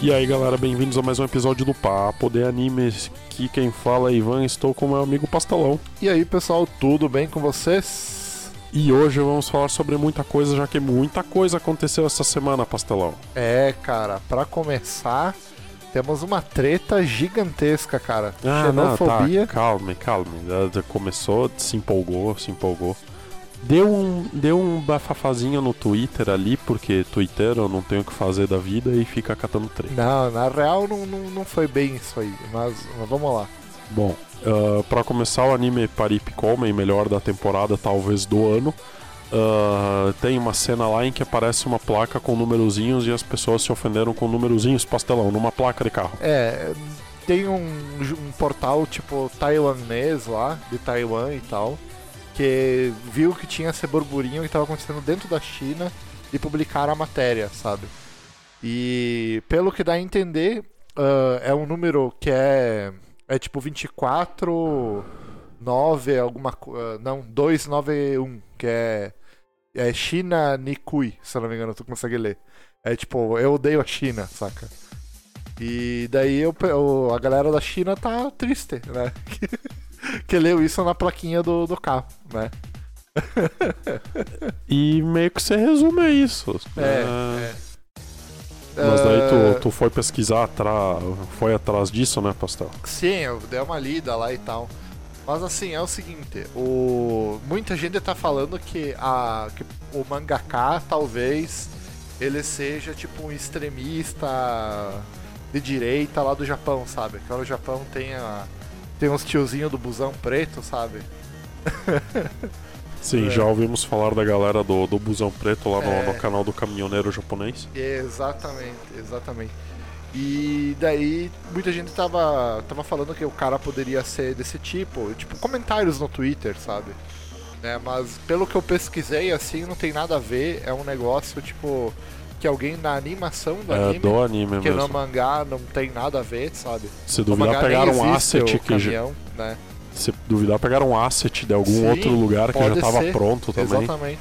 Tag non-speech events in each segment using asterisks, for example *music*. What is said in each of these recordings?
E aí galera, bem-vindos a mais um episódio do Papo de Animes. Aqui quem fala é Ivan, estou com meu amigo Pastelão. E aí pessoal, tudo bem com vocês? E hoje vamos falar sobre muita coisa, já que muita coisa aconteceu essa semana, Pastelão. É, cara, pra começar, temos uma treta gigantesca, cara. Xenofobia. tá, calme, calme. Já- já Começou, se empolgou, se empolgou. Deu um, deu um bafafazinho no Twitter ali, porque Twitter eu não tenho o que fazer da vida e fica catando treta. Não, na real não, não, não foi bem isso aí, mas, mas vamos lá. Bom, ah, pra começar o anime Parip Komen, melhor da temporada, talvez do ano. ah, tem uma cena lá em que aparece uma placa com numerozinhos e as pessoas se ofenderam com numerozinhos, pastelão, numa placa de carro. É, tem um, ju- um portal tipo taiwanês lá, de Taiwan e tal, que viu que tinha esse burburinho que tava acontecendo dentro da China e publicaram a matéria, sabe? E pelo que dá a entender, ah, é um número que é, é tipo 24, 9, alguma coisa. Não, 291, que é, é China Nikui, se eu não me engano, tu consegue ler. É tipo, eu odeio a China, saca? E daí eu, pe- o- a galera da China tá triste, né? *laughs* que leu isso na plaquinha do, do carro, né? E meio que você resume a isso. Ah, É, é. Mas daí Ah, tu, tu foi pesquisar, atra- foi atrás disso, né, pastel? Sim, eu dei uma lida lá e tal. Mas assim, é o seguinte, o muita gente tá falando que a que o mangaka talvez ele seja tipo um extremista de direita lá do Japão, sabe? Que lá no Japão tem a tem uns tiozinho do busão preto, sabe? Sim, É. já ouvimos falar da galera do, do Busão Preto lá no, É. no canal do caminhoneiro japonês. Exatamente, exatamente. E daí muita gente tava, tava falando que o cara poderia ser desse tipo, tipo comentários no Twitter, sabe? Né, mas pelo que eu pesquisei, assim, não tem nada a ver, é um negócio tipo que alguém na animação do É, anime, do anime que no mesmo. mangá não tem nada a ver, sabe? Se No duvidar, mangá nem pegaram um existe asset o que já- caminhão, né? Se duvidar, pegaram um asset de algum Sim, outro lugar que já pode estava ser. pronto também. Exatamente.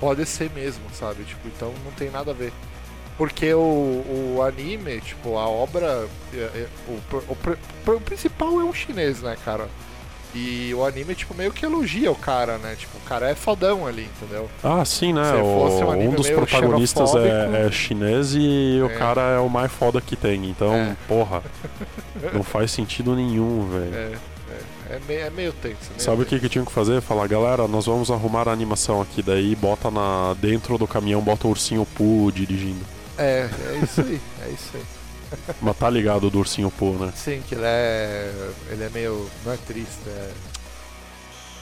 Pode ser mesmo, sabe? Tipo, então não tem nada a ver. Porque o, o anime, tipo, a obra. é- é- o, pr- o pr- pr- o principal é um chinês, né, cara? E o anime, tipo, meio que elogia o cara, né? Tipo, o cara é fodão ali, entendeu? Ah, sim, né? Se fosse O, um um, anime dos meio protagonistas é, xenofóbico. é chinês e o É. cara é o mais foda que tem. Então, É. porra, não faz sentido nenhum, velho. É, é, é, meio, é meio tenso, né? Sabe o que, que tinha que fazer? Falar, galera, nós vamos arrumar a animação aqui. Daí bota na dentro do caminhão, bota o ursinho Poo dirigindo. É, é isso aí, é isso aí. Mas tá ligado do ursinho Poo, né? Sim, que ele é. Ele é meio. não é triste, é.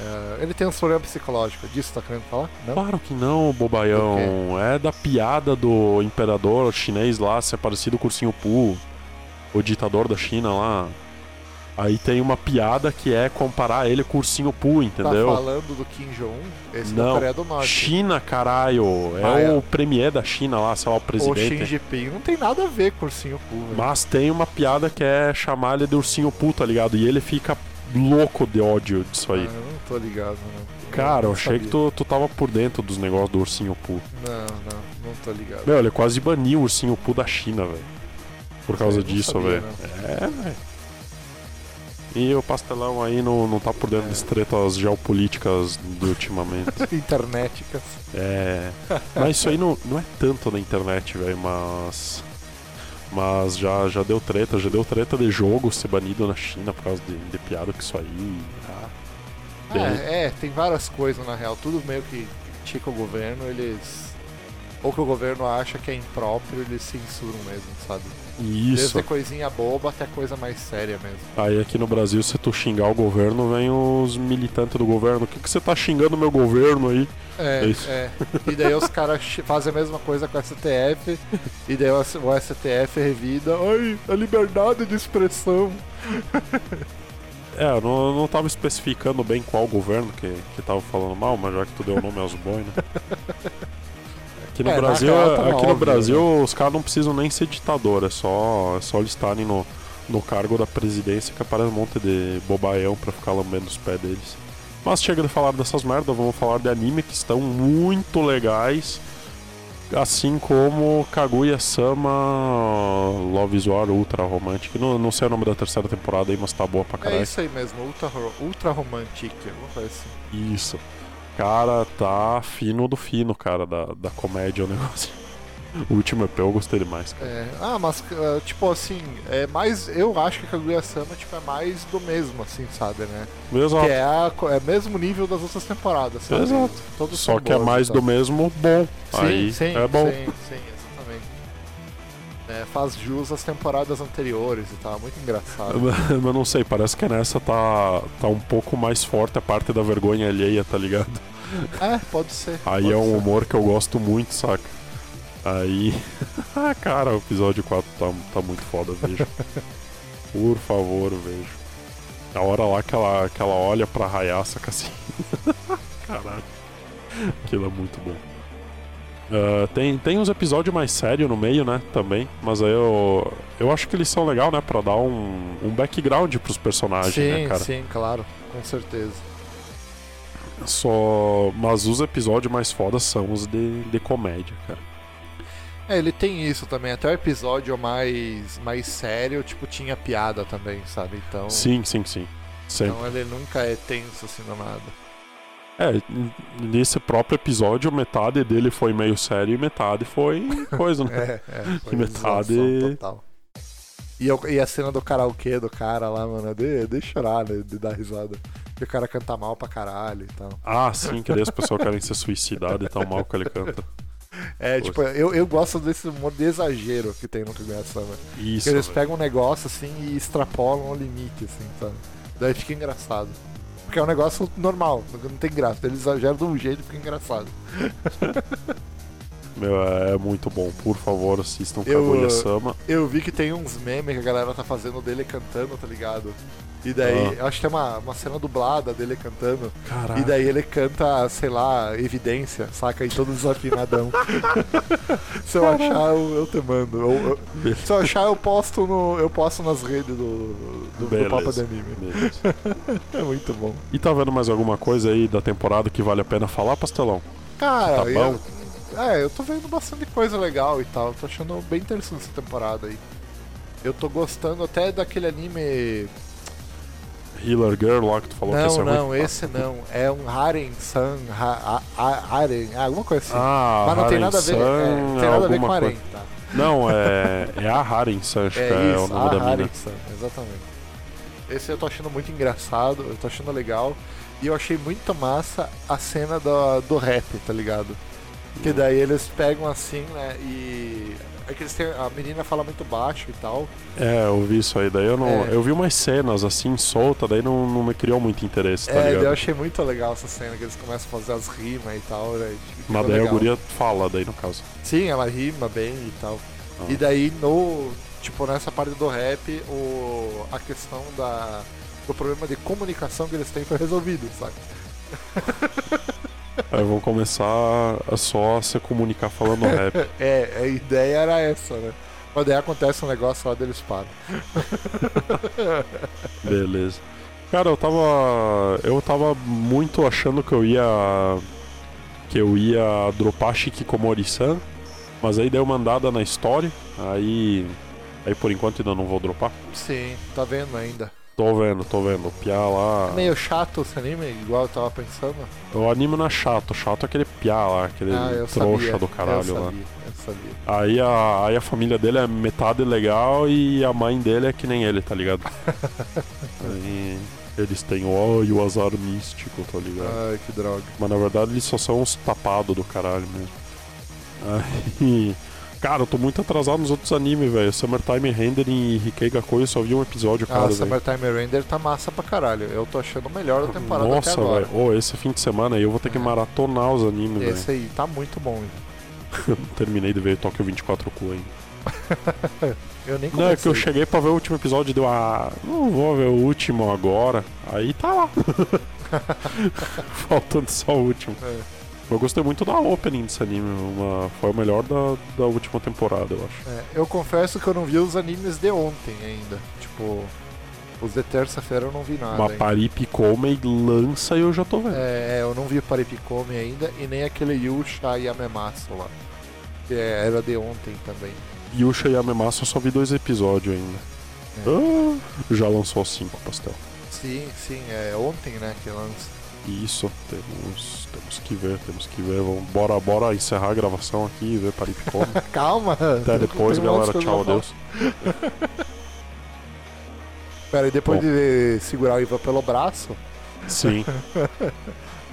é, ele tem uns problemas psicológicos, disso tu tá querendo falar? Não? Claro que não, bobaião. É da piada do imperador chinês lá ser parecido com o ursinho Poo, o ditador da China lá. Aí tem uma piada que é comparar ele com o ursinho Poo, Tá entendeu? falando do Kim Jong-un? Esse é Não. da Coreia do Norte. China, caralho. É Ah, é. o premier da China lá, sei lá, o o Xi presidente. Jinping não tem nada a ver com o ursinho Poo, velho. Mas tem uma piada que é chamar ele de ursinho Poo, tá ligado? E ele fica louco de ódio disso Ah, aí. eu não tô ligado, não. Cara, não eu achei que sabia. tu, tu tava por dentro dos negócios do ursinho Poo. Não, não, não tô ligado. Meu, ele quase baniu assim, o ursinho Poo da China, velho. Por causa Eu não disso, sabia, velho. não. É, velho. E o pastelão aí não, não tá por dentro É. das tretas geopolíticas de ultimamente. *laughs* Internet, cara. é. Mas isso aí não, não é tanto na internet, velho, mas. Mas já, já deu treta, já deu treta de jogo ser banido na China por causa de, de piada com isso aí. Ah, é, tem várias coisas na real. Tudo meio que critica o governo, eles. Ou que o governo acha que é impróprio, eles censuram mesmo, sabe? E isso. Desde coisinha boba até coisa mais séria mesmo. Aí aqui no Brasil, se tu xingar o governo, vem os militantes do governo. O que, que você tá xingando meu governo aí? É, É isso. é. E daí os caras chi- fazem a mesma coisa com o STF, e daí o S- o STF revida, ai, a liberdade de expressão. É, eu não, eu não tava especificando bem qual governo que, que tava falando mal, mas já que tu deu o nome aos boi, né? *laughs* Aqui no É, na Brasil, real, tá aqui no óbvio, Brasil os caras não precisam nem ser ditador, é só, é só eles estarem no, no cargo da presidência que aparece um monte de bobaião pra ficar lambendo os pés deles. Mas chega de falar dessas merdas, vamos falar de anime que estão muito legais. Assim como Kaguya-sama Love is War Ultra Romantic. Não, não sei o nome da terceira temporada aí, mas tá boa pra É caralho. isso aí mesmo, ultra, ultra romantic, alguma coisa assim. Isso. Cara, tá fino do fino, cara, da, da comédia o negócio. O último EP eu gostei demais, cara. É, ah, mas ah, tipo assim, é mais. Eu acho que Kaguya Sama tipo, é mais do mesmo, assim, sabe, né? Mesmo Que é, a, co- é mesmo nível das outras temporadas, sabe? Exato. Todos Só são que é bons, mais então. do mesmo bom. Sim, aí sim, é bom. Sim, sim, exatamente. É, faz jus às temporadas anteriores e tal, muito engraçado. *laughs* Mas não sei, parece que nessa tá, tá um pouco mais forte a parte da vergonha alheia, tá ligado? é, pode ser. Aí pode é um ser. humor que eu gosto muito, saca? Aí. *laughs* Ah, cara, o episódio 4 tá, tá muito foda, *laughs* vejo. Por favor, vejo. A hora lá que ela, que ela olha pra raiar, saca assim. *laughs* Caralho. Aquilo é muito bom. Ah, tem, tem uns episódios mais sérios no meio, né? Também. Mas aí eu. Eu acho que eles são legal, né? Pra dar um, um background pros personagens, Sim, né, cara? sim, claro, com certeza. Só. Mas os episódios mais fodas são os de, de comédia, cara. É, ele tem isso também, até o episódio mais, mais sério, tipo, tinha piada também, sabe? Então, Sim, sim, sim. Sempre. então ele nunca é tenso assim *laughs* do nada. É, n- nesse próprio episódio, metade dele foi meio sério e metade foi coisa, *laughs* né? É, é. foi Que metade- zoação Total. E, eu- e a cena do karaokê do cara lá, mano, eu dei, eu dei chorar, né? De dar risada. Porque o cara canta mal pra caralho e tal. Ah, sim, que daí as pessoas querem ser suicidadas e tão mal que ele canta. É, Poxa. tipo, eu, eu gosto desse humor de exagero que tem no Kaguya Sama. Isso. Que eles velho. pegam um negócio assim e extrapolam o limite, assim, sabe? Daí fica engraçado. Porque é um negócio normal, não tem graça. Eles exageram de um jeito e fica engraçado. Meu, é muito bom. Por favor, assistam Eu- uh, Kaguya-sama. Eu vi que tem uns memes que a galera tá fazendo dele cantando, tá ligado? E daí, Ah. eu acho que é uma, uma cena dublada dele cantando. Caralho. E daí ele canta, sei lá, Evidência, saca? E todo *laughs* desafinadão. se eu achar, eu, eu te mando. Eu- eu- se eu achar, eu posto, no, eu posto nas redes do, do, do Beleza. Papa de Anime. Beleza. É muito bom. E tá vendo mais alguma coisa aí da temporada que vale a pena falar, Pastelão? Cara, Tá eu, é, eu tô vendo bastante coisa legal e tal. Tô achando bem interessante essa temporada aí. Eu tô gostando até daquele anime. Healer Girl lá que tu falou que esse é não, muito- não, esse não. É um Haren San. Ha, a- a- Haren. Ah, alguma coisa assim. Ah, Mas não tem nada a ver, é, Haren-san não tem nada a ver com alguma Haren, coisa. tá? Não, é, é a Haren San, acho É, que é o isso, nome da a mina. Harrison, exatamente. Esse eu tô achando muito engraçado, eu tô achando legal. E eu achei muito massa a cena do, do rap, tá ligado? Que Hum. daí eles pegam assim, né? E. É que eles têm, a menina fala muito baixo e tal. É, eu vi isso aí, daí eu não. É. Eu vi umas cenas assim solta, daí não, não me criou muito interesse, tá é, daí eu ligado? achei muito legal essa cena, que eles começam a fazer as rimas e tal. Né? Ficou Mas daí a legal. guria fala, daí no caso. *laughs* Sim, ela rima bem e tal. Ah. E daí no. Tipo, nessa parte do rap, o, a questão da, do problema de comunicação que eles têm foi resolvido, sabe? Aí vão começar a só se comunicar falando rap. *laughs* É, a ideia era essa, né? Mas daí acontece um negócio lá deles param. Beleza. Cara, eu tava. Eu tava muito achando que eu ia. Que eu ia dropar Shikikomori-san. Mas aí deu uma andada na história. Aí. Aí por enquanto ainda não vou dropar. Sim, tá vendo ainda. Tô vendo, tô vendo. O Pia lá. É meio chato esse anime, igual eu tava pensando. O anime não é chato, chato é aquele piá lá, aquele ah, eu trouxa sabia. do caralho eu lá. sabia, Eu sabia. Aí a, aí a família dele é metade legal e a mãe dele é que nem ele, tá *laughs* ligado? aí eles têm o ó e o azar místico, tá ligado? Ai, que droga. Mas na verdade eles só são uns tapados do caralho mesmo. Aí. Cara, eu tô muito atrasado nos outros animes, velho. Summertime Rendering e Rikei Gakoi eu só vi um episódio, Ah, cara. velho. Summertime Render tá massa pra caralho. Eu tô achando o melhor da temporada até Nossa, agora. velho. Ô, esse fim de semana aí eu vou ter que maratonar os animes, velho. Esse aí tá muito bom. hein? Eu não terminei de ver Tóquio 24 Q ainda. Eu nem comecei. Não, é que eu cheguei pra ver o último episódio e deu ah, não vou ver o último agora. Aí tá *laughs* lá. Faltando só o último. É, Eu gostei muito da opening desse anime. Uma, foi o melhor da, da última temporada, eu acho. é, eu confesso que eu não vi os animes de ontem ainda. Tipo, os de terça-feira eu não vi nada. Uma ainda. Paripe Comey lança e eu já tô vendo. É, é, eu não vi o Paripicome ainda e nem aquele Yusha Yamematsu lá. que era de ontem também. Yusha e Amemasa eu só vi dois episódios ainda. Ah, já lançou cinco, Pastel. Sim, sim, é ontem, né, que lança. *laughs* Isso, temos, temos que ver, temos que ver. Vamos, bora, bora encerrar a gravação aqui e ver Paripicoma. Calma! Até Tá, depois, Tem um monte galera. de coisa Tchau, pra falar. adeus. Pera, e depois Bom. de segurar o Ivan pelo braço, Sim.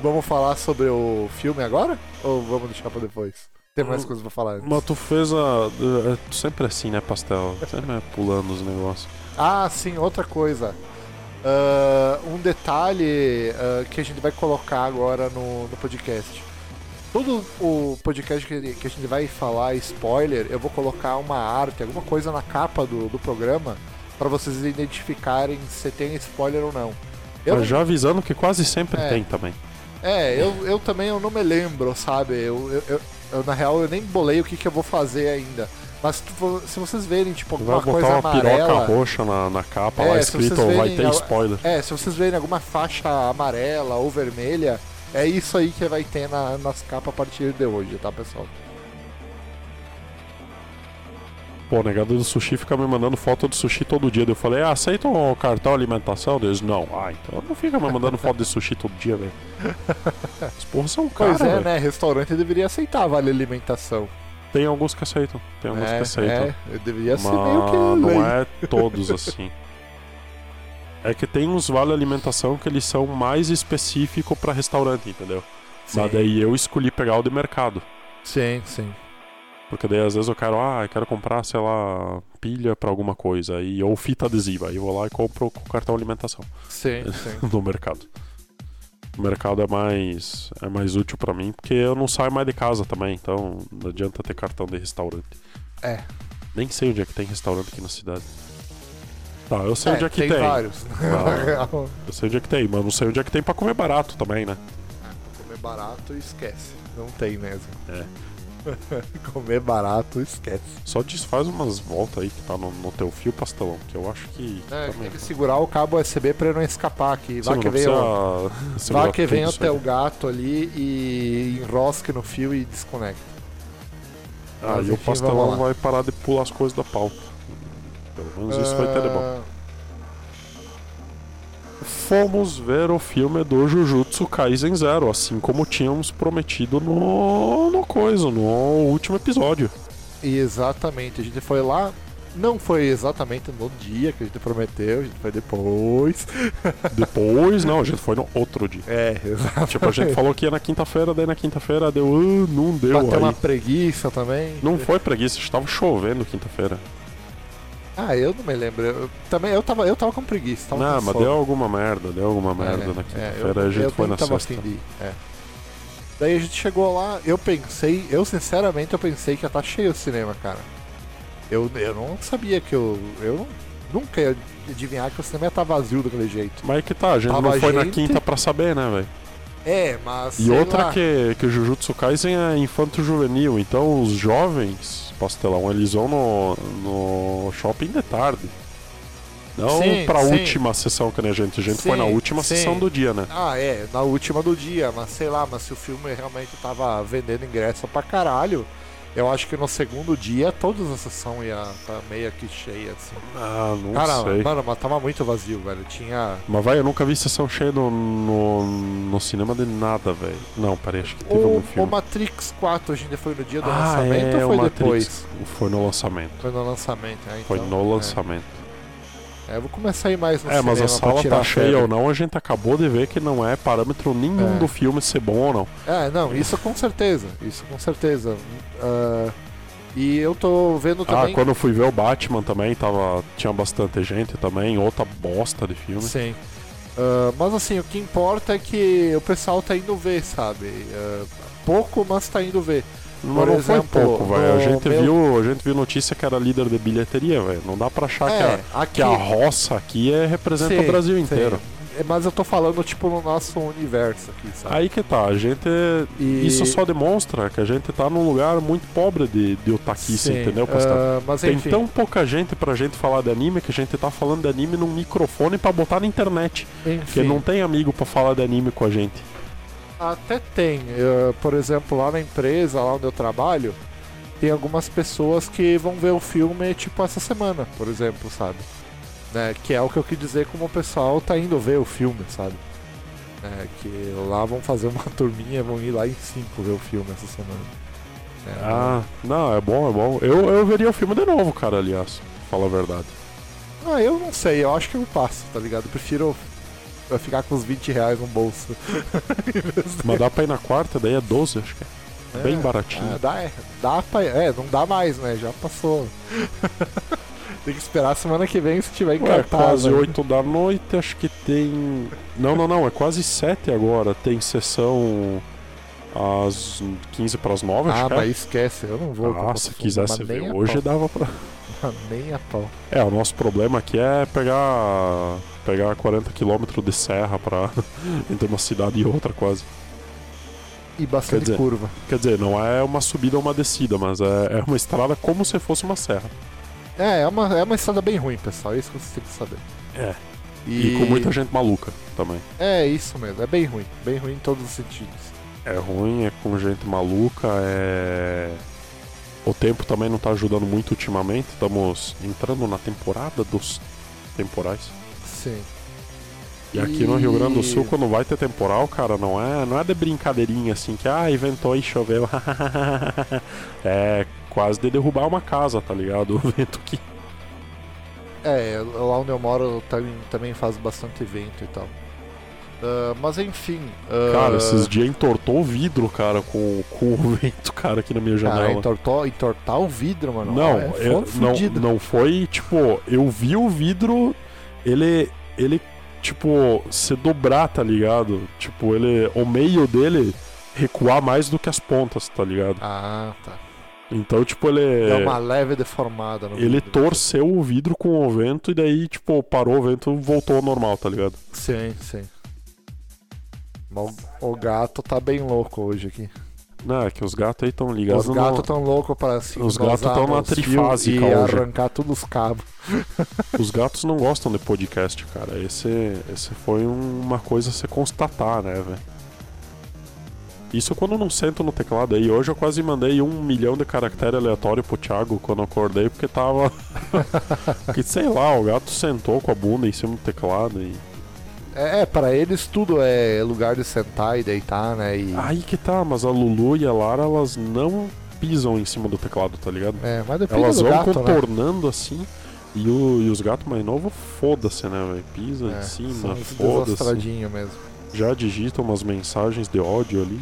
vamos falar sobre o filme agora? Ou vamos deixar pra depois? Tem mais Hum, coisas pra falar *laughs* antes? Mas tu fez a. é, é Sempre assim, né, Pastel? Sempre pulando os negócios. Ah, sim, outra coisa. Ah, um detalhe ah, que a gente vai colocar agora no, no podcast. Todo o podcast que, que a gente vai falar spoiler, eu vou colocar uma arte, alguma coisa na capa do, do programa pra vocês identificarem se tem spoiler ou não. Eu Mas não- já avisando que quase sempre É. tem também. É, eu, eu também eu não me lembro, sabe? Eu, eu, eu- eu, na real eu nem bolei o que, que eu vou fazer ainda. Mas se vo- se vocês verem, tipo, Vai alguma coisa botar uma amarela. piroca roxa na, na capa É, lá se escrito, vocês vai verem ter a- spoiler. É, se vocês verem alguma faixa amarela ou vermelha, é isso aí que vai ter na- nas capas a partir de hoje, tá, pessoal? Pô, negado do sushi fica me mandando foto de sushi todo dia. Daí Eu falei, ah, aceita o cartão alimentação? Deus, não. Ah, então não fica me mandando foto de sushi todo dia, *laughs* velho. Os porros são caros, Pois é, velho. né? Restaurante deveria aceitar vale alimentação. Tem alguns que aceitam. Tem alguns é, que aceitam. é, deveria ser meio que Mas lei. não é todos assim. É que tem uns vale alimentação que eles são mais específicos pra restaurante, entendeu? Sim, Mas daí eu escolhi pegar o de mercado. sim, sim. Porque daí às vezes eu quero, ah, eu quero comprar, sei lá, pilha pra alguma coisa, e, ou fita adesiva. Aí eu vou lá e compro com o cartão alimentação É. Sim, *laughs* sim. no mercado. O mercado é mais, é mais útil pra mim, porque eu não saio mais de casa também, então não adianta ter cartão de restaurante. É. Nem sei onde é que tem restaurante aqui na cidade. Tá, eu sei é, onde é que tem. tem vários. Na *laughs* real. Eu sei onde é que tem, mas não sei onde é que tem pra comer barato também, né? Comer barato, esquece. Não tem mesmo. É. *laughs* Comer barato, esquece. Só desfaz umas voltas aí que tá no, no teu fio, pastelão, que eu acho que. que É, também- tem que segurar o cabo USB pra ele não escapar aqui. Você Vai não que veio. precisa segurar Vá que vem tudo até isso o gato ali e enrosque no fio e desconecta. aí. Aí Mas Ah, o enfim, vamos pastelão lá. vai parar de pular as coisas da pauta. Pelo menos isso vai ter de bom. Ah, Fomos ver o filme do Jujutsu Kaisen Zero, assim como tínhamos prometido no, no coisa, no último episódio. e Exatamente, a gente foi lá. Não foi exatamente no dia que a gente prometeu, a gente foi depois. Depois, não, a gente foi no outro *laughs* dia. É, exatamente. Tipo, a gente falou que ia na quinta-feira, daí na quinta-feira deu, "Ah, não deu Bateu aí. uma preguiça também. Não foi preguiça, estava chovendo quinta-feira. Ah, eu não me lembro. Eu, também eu tava, eu tava com preguiça. Tava Não, com mas sono. deu alguma merda, deu alguma É, merda na é, quinta-feira, eu- a gente eu foi na também tava sexta. afim de ir, é. Daí a gente chegou lá, eu pensei, eu sinceramente eu pensei que ia estar cheio o cinema, cara. Eu, eu não sabia que eu. Eu não- nunca ia adivinhar que o cinema ia estar vazio daquele jeito. Mas é que tá, a gente Tava não foi na gente. quinta pra saber, né, velho? É, mas. E outra que, que o Jujutsu Kaisen é infanto-juvenil, então os jovens, pastelão, eles vão no, no shopping de tarde. Não Sim, pra sim. última sessão que nem a gente, a gente foi na Sim, última sim. sessão do dia, né? Ah, é, na última do dia, mas sei lá, mas se o filme realmente tava vendendo ingresso pra caralho, eu acho que no segundo dia todas as sessões ia estar meio que cheia, assim. Ah, não Cara, sei. mano, mas tava muito vazio, velho. Tinha. Mas vai, eu nunca vi sessão cheia no, no, no cinema de nada, velho. Não, peraí, acho que teve O, algum filme. o Matrix 4 a gente foi no dia do Ah, lançamento é, ou foi o depois? Foi no lançamento. Foi no lançamento, né? Foi então, no lançamento. É, É, eu vou começar a ir mais no É, mas a cinema pra sala tirar tá cheia febre. ou não, a gente acabou de ver que não é parâmetro nenhum É. do filme ser bom ou não. É, não, isso com certeza. Isso com certeza. Ah, e eu tô vendo também. Ah, quando eu fui ver o Batman também, tava, tinha bastante gente também, outra bosta de filme. Sim. Ah, mas assim, o que importa é que o pessoal tá indo ver, sabe? Ah, pouco, mas tá indo ver. Mas Por não exemplo, foi pouco, velho. A no gente meu- viu, a gente viu notícia que era líder de bilheteria, velho. Não dá pra achar Tá que, a, é, aqui. que a roça aqui é, representa Sim, o Brasil sim. inteiro. É, Mas eu tô falando, tipo, no nosso universo aqui, sabe? Aí que tá, a gente E- Isso só demonstra que a gente tá num lugar muito pobre de, de otaquice, Sim, entendeu, Pastor? ah, mas Tem enfim. tão pouca gente pra gente falar de anime que a gente tá falando de anime num microfone pra botar na internet. Porque enfim. não tem amigo pra falar de anime com a gente. eh, Até tem. Eu, por exemplo, lá na empresa, lá onde eu trabalho, tem algumas pessoas que vão ver o filme, tipo, essa semana, por exemplo, sabe? Né? Que é o que eu quis dizer como o pessoal tá indo ver o filme, sabe? Né? Que lá vão fazer uma *laughs* turminha, vão ir lá em cinco ver o filme essa semana. Né? Ah, não, é bom, é bom. Eu, eu veria o filme de novo, cara, aliás. Fala a verdade. Ah, eu não sei, eu acho que eu passo, tá ligado? Eu prefiro eu ficar com os 20 reais no bolso. Mas dá pra ir na quarta, daí é 12, acho que é. É, Bem baratinho. Ah, dá, é, dá pra, é, não dá mais, né? Já passou. *laughs* Tem que esperar a semana que vem se tiver em Ué, é cartaz, quase né? 8 da noite, acho que tem. Não, não, não, é quase 7 agora. Tem sessão às 15 para as 9, Ah, acho que mas é. esquece, eu não vou. Ah, se quisesse Mas ver nem a hoje, pau. dava pra. Nem a pau. É, o nosso problema aqui é pegar pegar 40 km de serra para *laughs* entre uma cidade e outra quase. E bastante dizer, curva. Quer dizer, não é uma subida ou uma descida, mas é, é uma estrada como se fosse uma serra. É, é uma, é uma estrada bem ruim, pessoal. É isso que vocês têm que saber. É. E, com muita gente maluca também. É isso mesmo, é bem ruim. Bem ruim em todos os sentidos. É ruim, é com gente maluca, é o tempo também não tá ajudando muito ultimamente. Estamos entrando na temporada dos temporais. Sim. E aqui no Rio Grande do Sul, E- quando vai ter temporal, cara, não é, não é de brincadeirinha assim que ah, ventou e choveu. *laughs* é quase de derrubar uma casa, tá ligado? *laughs* O vento que É, lá onde eu moro também, também faz bastante vento e tal. Ah, mas enfim. ah, Cara, esses dias entortou o vidro, cara, com, com o *laughs* vento, cara, aqui na minha janela. Cara, entortou, entortar o vidro, mano. Não, é, foi eu- fudido. não, não foi, tipo, eu vi o vidro, ele, ele, tipo, se dobrar, tá ligado? Tipo, ele, o meio dele recuar mais do que as pontas, tá ligado? Ah, tá. Então, tipo, ele, Deu É uma leve deformada no ele vidro. torceu o vidro com o vento e daí, tipo, parou o vento, voltou ao normal, tá ligado? Sim, sim. Mas O o gato tá bem louco hoje aqui. Não, é que os gatos aí tão ligados Os no- gatos tão loucos pra se Os gatos enlosar tão na nos fios trifásica e hoje. arrancar todos os cabos. Os gatos não gostam de podcast, cara. Esse, esse foi um- uma coisa a se constatar, né, velho? Isso quando eu não sento no teclado aí. Hoje eu quase mandei um milhão de caractere aleatório pro Thiago quando eu acordei, porque tava. *laughs* que sei lá, o gato sentou com a bunda em cima do teclado e. É, é, pra eles tudo é lugar de sentar e deitar, né? E... Aí que tá, mas a Lulu e a Lara, elas não pisam em cima do teclado, tá ligado? É, mas depende Elas do vão gato, né? contornando assim. E, o- e os gatos mais novos, foda-se, né, velho? Pisa É, em são cima, uns foda-se. desastradinho mesmo. já digitam umas mensagens de ódio ali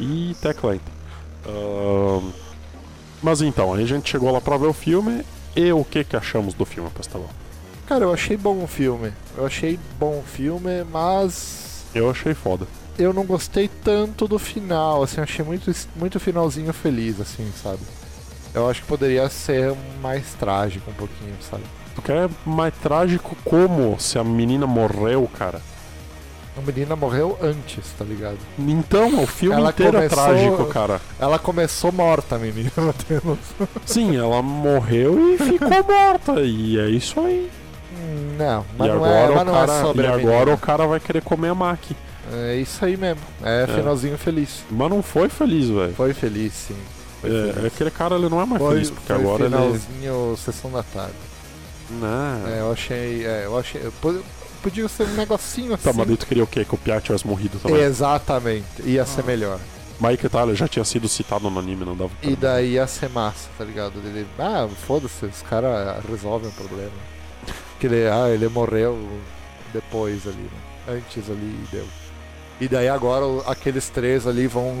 e tecla enter. Ahn, mas então, aí a gente chegou lá pra ver o filme e o que que achamos do filme, Pastelão? Cara, eu achei bom o filme. Eu achei bom o filme, mas Eu achei foda. eu não gostei tanto do final, assim, eu achei muito, muito finalzinho feliz, assim, sabe? Eu acho que poderia ser mais trágico um pouquinho, sabe? Porque é mais trágico como se a menina morreu, cara. A menina morreu antes, tá ligado? Então, o filme Ela inteiro é começou- trágico, cara. Ela começou morta, a menina, *laughs* meu Deus. Sim, ela morreu e ficou morta. E é isso aí. Hum, Não, mas e não, agora, é, o, mas não é cara, sobre e a agora o menina. cara vai querer comer a Mac. É isso aí mesmo. É, finalzinho feliz. Mas não foi feliz, velho. Foi feliz, sim. Foi É, feliz. aquele cara ele não é mais Foi, feliz, porque foi agora ele. finalzinho sessão da tarde. Não. É, eu achei. É, eu achei. eu pod- Podia ser um negocinho assim. Tá, mas daí tu queria o quê? Que o Piat tivesse morrido também. É. Exatamente, ia ser melhor. Mas aí que tá, ele já tinha sido citado no anime, não dava pra- E daí ia ser massa, tá ligado? Ele, ah, foda-se, os caras resolvem o problema. Que ele, ah, ele morreu depois ali, né? Antes ali e deu. E daí agora o- aqueles três ali vão,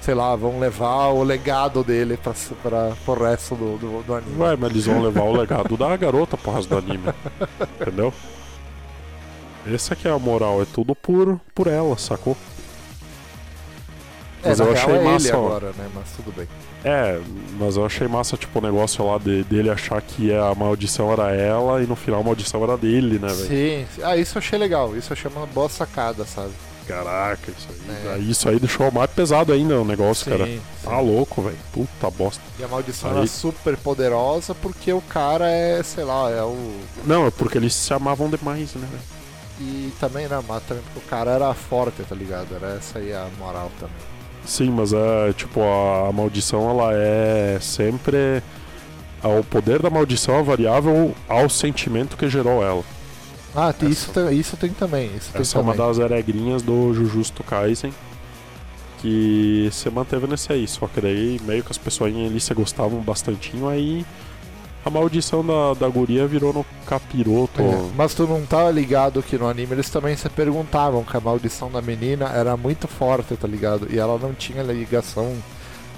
sei lá, vão levar o legado dele pra, s- pra, pro resto do, do, do anime. Ué, mas eles vão levar o legado da garota pro resto do anime. *laughs* entendeu? Essa aqui é a moral, é tudo por, por ela, sacou? É, mas na eu real achei é ele massa, ó. agora, né? Mas tudo bem. É, mas eu achei massa, tipo, o negócio lá de- dele achar que a maldição era ela e no final a maldição era dele, né, velho? Sim, sim. ah, isso eu achei legal. Isso eu achei uma boa sacada, sabe? Caraca, isso aí. É. Isso aí deixou mais pesado ainda o negócio, cara. Tá sim. louco, velho. Puta bosta. E a maldição Aí- era super poderosa porque o cara é, sei lá, é o. Não, é porque eles se amavam demais, né, velho? E também, né, mas também porque o cara era forte, tá ligado? Era essa aí a moral também. Sim, mas é tipo, a, a maldição ela é sempre. a- O poder da maldição é variável ao sentimento que gerou ela. Ah, tem- isso, tem- isso tem também. Isso tem Essa é uma também. das regrinhas do Jujutsu Kaisen que se manteve nesse aí, só que daí meio que as pessoas ali se gostavam bastantinho, aí a maldição da, da guria virou no capiroto. É, Mas tu não tava ligado que no anime eles também se perguntavam que a maldição da menina era muito forte, tá ligado? E ela não tinha ligação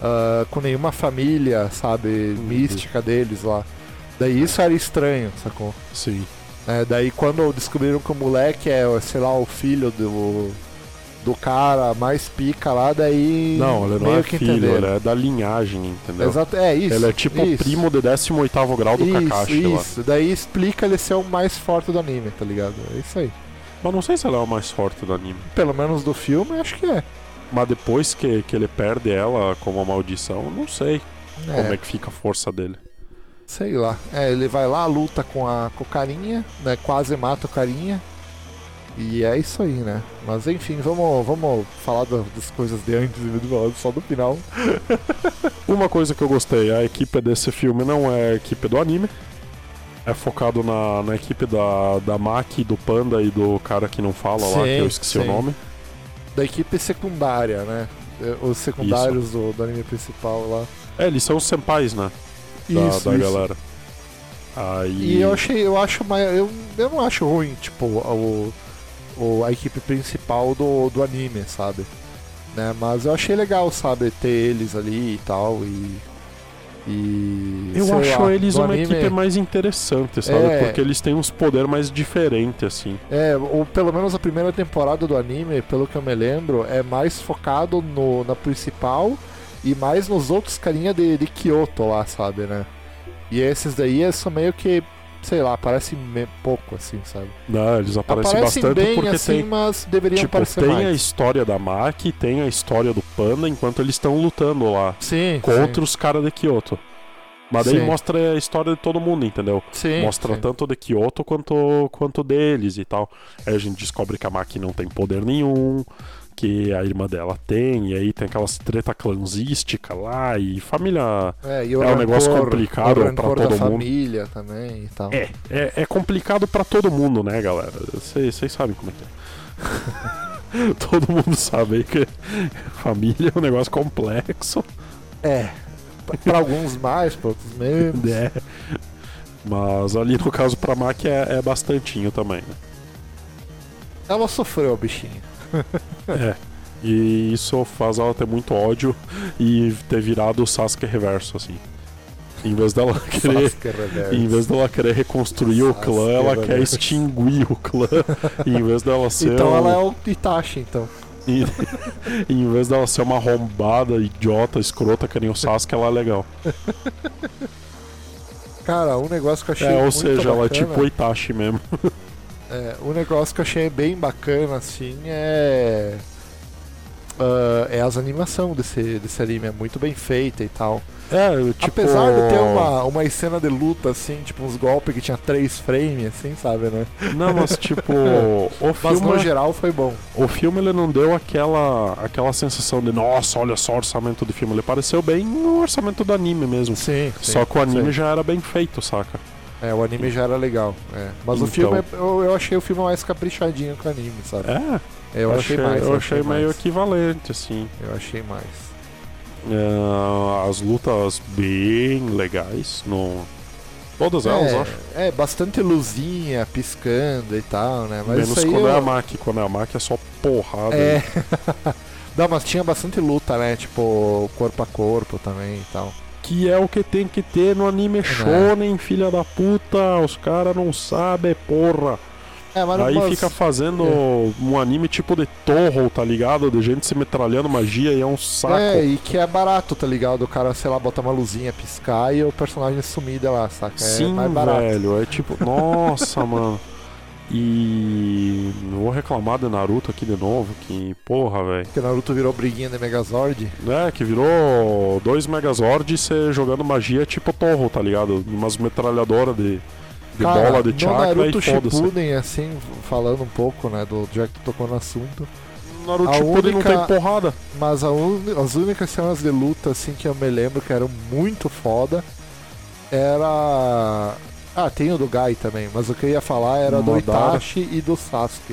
ah, com nenhuma família, sabe, Uhum. mística deles lá. Daí isso era estranho, sacou? Sim. É, daí quando descobriram que o moleque é, sei lá, o filho do, do cara mais pica lá, daí. Não, ele não meio é que filho, entenderam. ele é da linhagem, entendeu? Exato, é isso. Ele é tipo o isso, primo de 18 grau do isso, Kakashi lá. Isso, daí explica ele ser o mais forte do anime, tá ligado? É isso aí. Mas não sei se ela é o mais forte do anime. Pelo menos do filme, acho que é. Mas depois que, que ele perde ela como a maldição, eu não sei como É, é que fica a força dele. sei lá. É, ele vai lá, luta com a com o carinha, né? Quase mata o carinha. E é isso aí, né? Mas enfim, vamos, vamos falar da- das coisas de antes e falar só do final. Uma coisa que eu gostei, a equipe desse filme não é a equipe do anime. É focado na, na equipe da, da Maki, do Panda e do cara que não fala lá, que Sim, eu esqueci o sim. nome. Da equipe secundária, né? É, Os secundários do, do anime principal lá. É, eles são os senpais, né? Da, da galera. Aí. E eu achei, eu acho mais. Eu, eu não acho ruim, tipo, o, o, a equipe principal do, do anime, sabe? Né? Mas eu achei legal, sabe, ter eles ali e tal. E. e Eu sei acho lá, eles do uma anime- equipe mais interessante, sabe? É. Porque eles têm uns poderes mais diferentes, assim. É, ou pelo menos a primeira temporada do anime, pelo que eu me lembro, é mais focado no, na principal e mais nos outros carinha de, de Kyoto lá, sabe, né? E esses daí é só meio que, sei lá, aparece me- pouco, assim, sabe? Né? Eles aparecem, Aparecem bastante bem porque assim, tem. mas deveriam Tipo, aparecer tem a mais. história da Maki, tem a história do Panda, enquanto eles estão lutando lá Sim, contra os caras de Kyoto. Mas daí Sim. mostra a história de todo mundo, entendeu? sim, mostra sim. tanto de Kyoto quanto, quanto deles e tal. Aí a gente descobre que a Maki não tem poder nenhum, que a irmã dela tem, e aí tem aquelas treta clanzística lá, e família. É, e o É um rancor, negócio complicado o pra rancor todo da mundo. família também e tal. É, é, é complicado pra todo mundo, né, galera? Vocês vocês sabem como é que é. *laughs* todo mundo sabe aí que *laughs* família é um negócio complexo. É. Pra- *laughs* *laughs* Pra alguns mais, pra outros menos. né? Mas ali no caso pra Maki é, é bastantinho também, né? Ela sofreu, bichinha. É. E isso faz ela ter muito ódio e ter virado o Sasuke reverso, assim. Em vez *laughs* dela querer. Sasuke Reverso. Em vez dela querer reconstruir o clã, Sasuke ela quer reverso. extinguir o *laughs* clã. em vez dela ser. Então um- ela é o Itachi, então. em- em vez dela ser uma arrombada, idiota, escrota, que nem o Sasuke, ela é legal. Cara, um negócio que eu achei É, ou muito seja, ela é bacana- tipo o Itachi mesmo. É, um negócio que eu achei bem bacana, assim, é. ah, é as animações desse, desse anime, é muito bem feita e tal. É, tipo. Apesar de ter uma, uma cena de luta, assim, tipo uns golpes que tinha três frames, assim, sabe, né? Não, mas *laughs* tipo. o Mas filme no geral foi bom. O filme ele não deu aquela, aquela sensação de nossa, olha só o orçamento do filme. Ele pareceu bem o orçamento do anime mesmo. Sim, sim. só que o anime sim. já era bem feito, saca? É, o anime já era legal. é. Mas Então. o filme, é- eu, eu achei o filme mais caprichadinho que o anime, sabe? É, eu achei, mais. eu achei meio mais. equivalente, assim. Eu achei mais. É, as lutas bem legais. No... Todas elas, eu acho. é, é, bastante luzinha piscando e tal, né? Mas Menos isso aí quando é eu- a Maki. Quando é a Maki é só porrada. É. *laughs* Não, mas tinha bastante luta, né? Tipo, corpo a corpo também e tal. Que é o que tem que ter no anime shonen, filha da puta. Os caras não sabem, porra. É, mas, Aí mas- fica fazendo um anime tipo de Torro, tá ligado? De gente se metralhando magia e é um saco. É, e que é barato, tá ligado? O cara, sei lá, bota uma luzinha piscar e o personagem sumir dela, saca? é Sim, mais barato. velho. É tipo, nossa, *laughs* mano. E não vou reclamar de Naruto aqui de novo, que porra, velho. Porque Naruto virou briguinha de Megazord. É, que virou dois Megazords cê jogando magia tipo Torro, tá ligado? Umas metralhadoras de, de Cara, bola de no chakra e Naruto foda-se. Shippuden, assim, falando um pouco, né? Do, já que tu tocou no assunto. Naruto A Shippuden não única- tem porrada. Mas a uni- as únicas cenas de luta assim que eu me lembro que eram muito foda era. Ah, tem o do Gai também, mas o que eu ia falar era do Madara. Itachi e do Sasuke.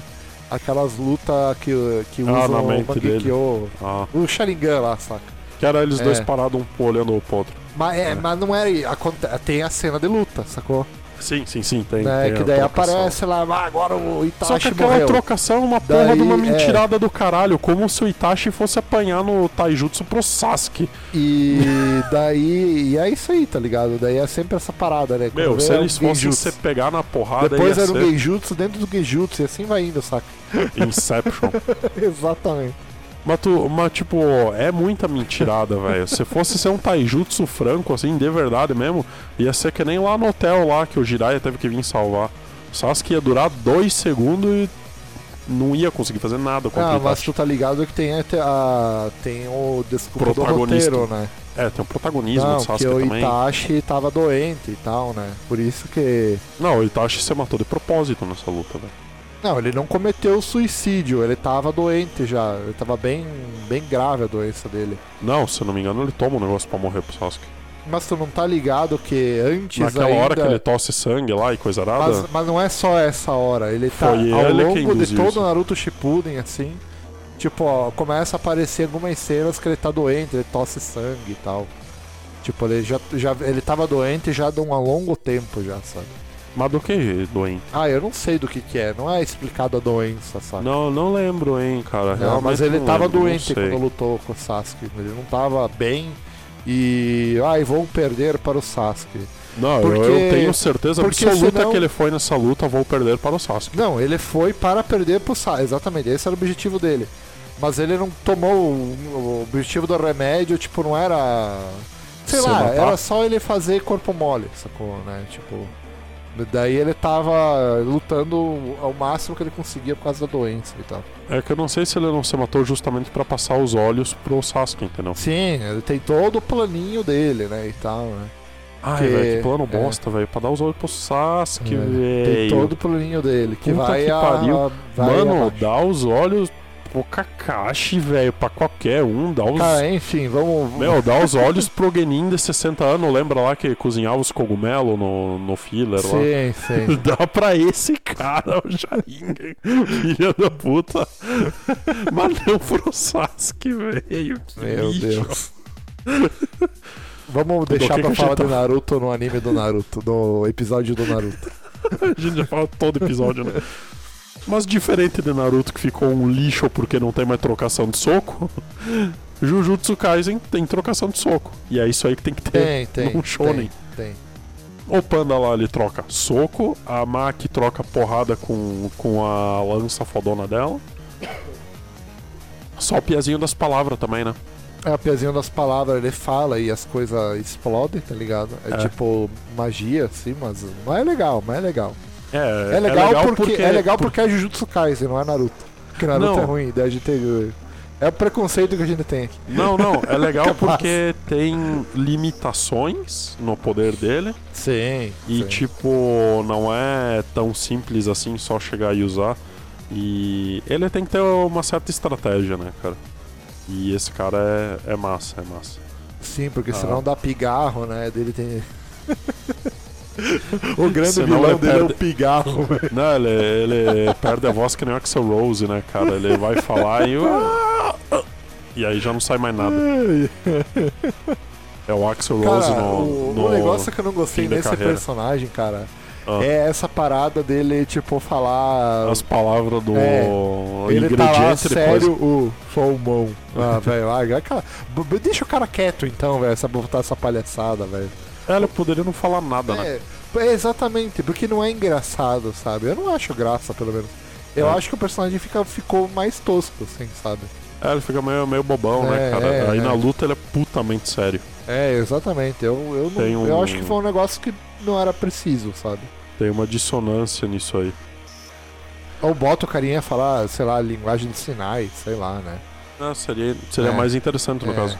Aquelas lutas que, que Ah, usam na o mente dele. Mangekyo, Ah, o Sharingan lá, saca? que era eles É. dois parados um olhando o outro. Mas, é, É. mas não era. aconte- Tem a cena de luta, sacou? Sim, sim, sim, tem. né? tem Que a daí trocação. aparece lá, ah, agora o Itachi Só que aquela morreu. trocação é uma porra Daí, de uma é. mentirada do caralho, como se o Itachi fosse apanhar no Taijutsu pro Sasuke. E daí. E é isso aí, tá ligado? Daí é sempre essa parada, né? Quando Meu, vê, se é um eles fossem se genjutsu. pegar na porrada, Depois ia era um ser Genjutsu dentro do Genjutsu, e assim vai indo, saca? *laughs* Inception. Exatamente. Mas, tu- mas, tipo, é muita mentirada, velho. Se fosse ser um taijutsu franco, assim, de verdade mesmo, ia ser que nem lá no hotel lá que o Jiraiya teve que vir salvar. O Sasuke ia durar dois segundos e não ia conseguir fazer nada contra Ah, o mas Itachi. tu tá ligado que tem, até a, tem o desculpa do Protagonista. roteiro, né? É, tem o protagonismo Não, do Sasuke que o também. Itachi tava doente e tal, né? Por isso que... Não, o Itachi se matou de propósito nessa luta, velho. Não, ele não cometeu suicídio, ele tava doente já. Ele tava bem, bem grave a doença dele. Não, se eu não me engano, ele toma um negócio pra morrer pro Sasuke. Mas tu não tá ligado que antes Naquela ainda... hora que ele tosse sangue lá e coisa arada. Mas, mas não é só essa hora, ele tá Foi ao ele quem longo de induziu todo isso. o Naruto Shippuden, assim. Tipo, ó, começa a aparecer algumas cenas que ele tá doente, ele tosse sangue e tal. Tipo, ele já, já ele tava doente já de um longo tempo já, sabe? Mas do que doente? Ah, eu não sei do que que é, não é explicado a doença, sabe? Não, não lembro, hein, cara. Tá. Não, Realmente mas ele não tava lembro, não doente sei. quando lutou com o Sasuke, ele não tava bem e ai, vão perder para o Sasuke. Não, eu- Porque- eu tenho certeza porque absoluta senão- que ele foi nessa luta, vou perder para o Sasuke. Não, ele foi para perder pro Sasuke, exatamente, esse era o objetivo dele. Mas ele não tomou o, o objetivo do remédio, tipo, não era. Sei Se lá, matar. era só ele fazer corpo mole, sacou, né? Tipo. Daí ele tava lutando ao máximo que ele conseguia por causa da doença e tal. É que eu não sei se ele não se matou justamente para passar os olhos pro Sasuke, entendeu? Sim, ele tem todo o planinho dele, né? E tal, né? Ai, Que- velho, que plano é. bosta, velho. Pra dar os olhos pro Sasuke, É, Tem velho. todo o planinho dele, que Puta vai que a. pariu. vai Mano, abaixo. dá os olhos pro Kakashi, velho. Pra qualquer um, dá os. Cara, é- enfim, vamos. Meu, dá os olhos pro Genin de 60 anos. Lembra lá que cozinhava os cogumelos no, no filler lá? Sim, sim. *laughs* Dá pra esse cara o Sharingan, filha da puta. Mas não pro Sasuke, velho. Que Meu lixo. Deus. Do Vamos deixar que pra que a gente falar tá- do Naruto no anime do Naruto, no episódio do Naruto. A gente já fala todo episódio, né? Mas diferente de Naruto que ficou um lixo porque não tem mais trocação de soco, Jujutsu Kaisen tem trocação de soco. E é isso aí que tem que ter. Tem, tem. num shonen. Tem, tem. O Panda lá ele troca soco, a Maki troca porrada com, com a lança fodona dela. Só o piazinho das palavras também, né? É o pezinho das palavras, ele fala e as coisas explodem, tá ligado? É, É. tipo magia, assim, mas não é legal, mas é legal. É, É legal, porque, é legal porque é Jujutsu Kaisen, não é Naruto. Porque Naruto Não. é ruim, daí a gente tem... É o preconceito que a gente tem aqui. *laughs* Não, não, *laughs* é legal Capaz. porque tem limitações no poder dele. Sim. E, tipo, não é tão simples assim só chegar e usar. E ele tem que ter uma certa estratégia, né, cara? E esse cara é, é massa, é *laughs* massa. Sim, porque Ah. senão dá pigarro, né? Dele tem. o grande Senão vilão ele dele é o perde- pigarro, velho. Não, ele, ele perde a voz que nem o Axel Rose, né, cara? Ele vai falar e. *laughs* E aí já não sai mais nada. É o Axel Rose Cara, no. o, no- o negócio que eu não gostei fim da nesse carreira. personagem, cara, Ah. é essa parada dele, tipo, falar. As palavras do É, ele ingrediente tá lá, depois. sério, o salmão. Ah, *laughs* velho, ah, cara, b- b- deixa o cara quieto então, velho, essa botar essa palhaçada, velho. É, ele poderia não falar nada, né? É, é, exatamente, porque não é engraçado, sabe? Eu não acho graça, pelo menos. Eu É. acho que o personagem fica, ficou mais tosco, assim, sabe? É, ele fica meio, meio bobão, né, É, cara? é, aí é. na luta ele é putamente sério. É, exatamente. Eu, eu, não- Tem um- eu acho que foi um negócio que não era preciso, sabe? Tem uma dissonância nisso aí. Ou bota o carinha falar, sei lá, linguagem de sinais, sei lá, né? Ah, seria seria É. mais interessante, no É. caso.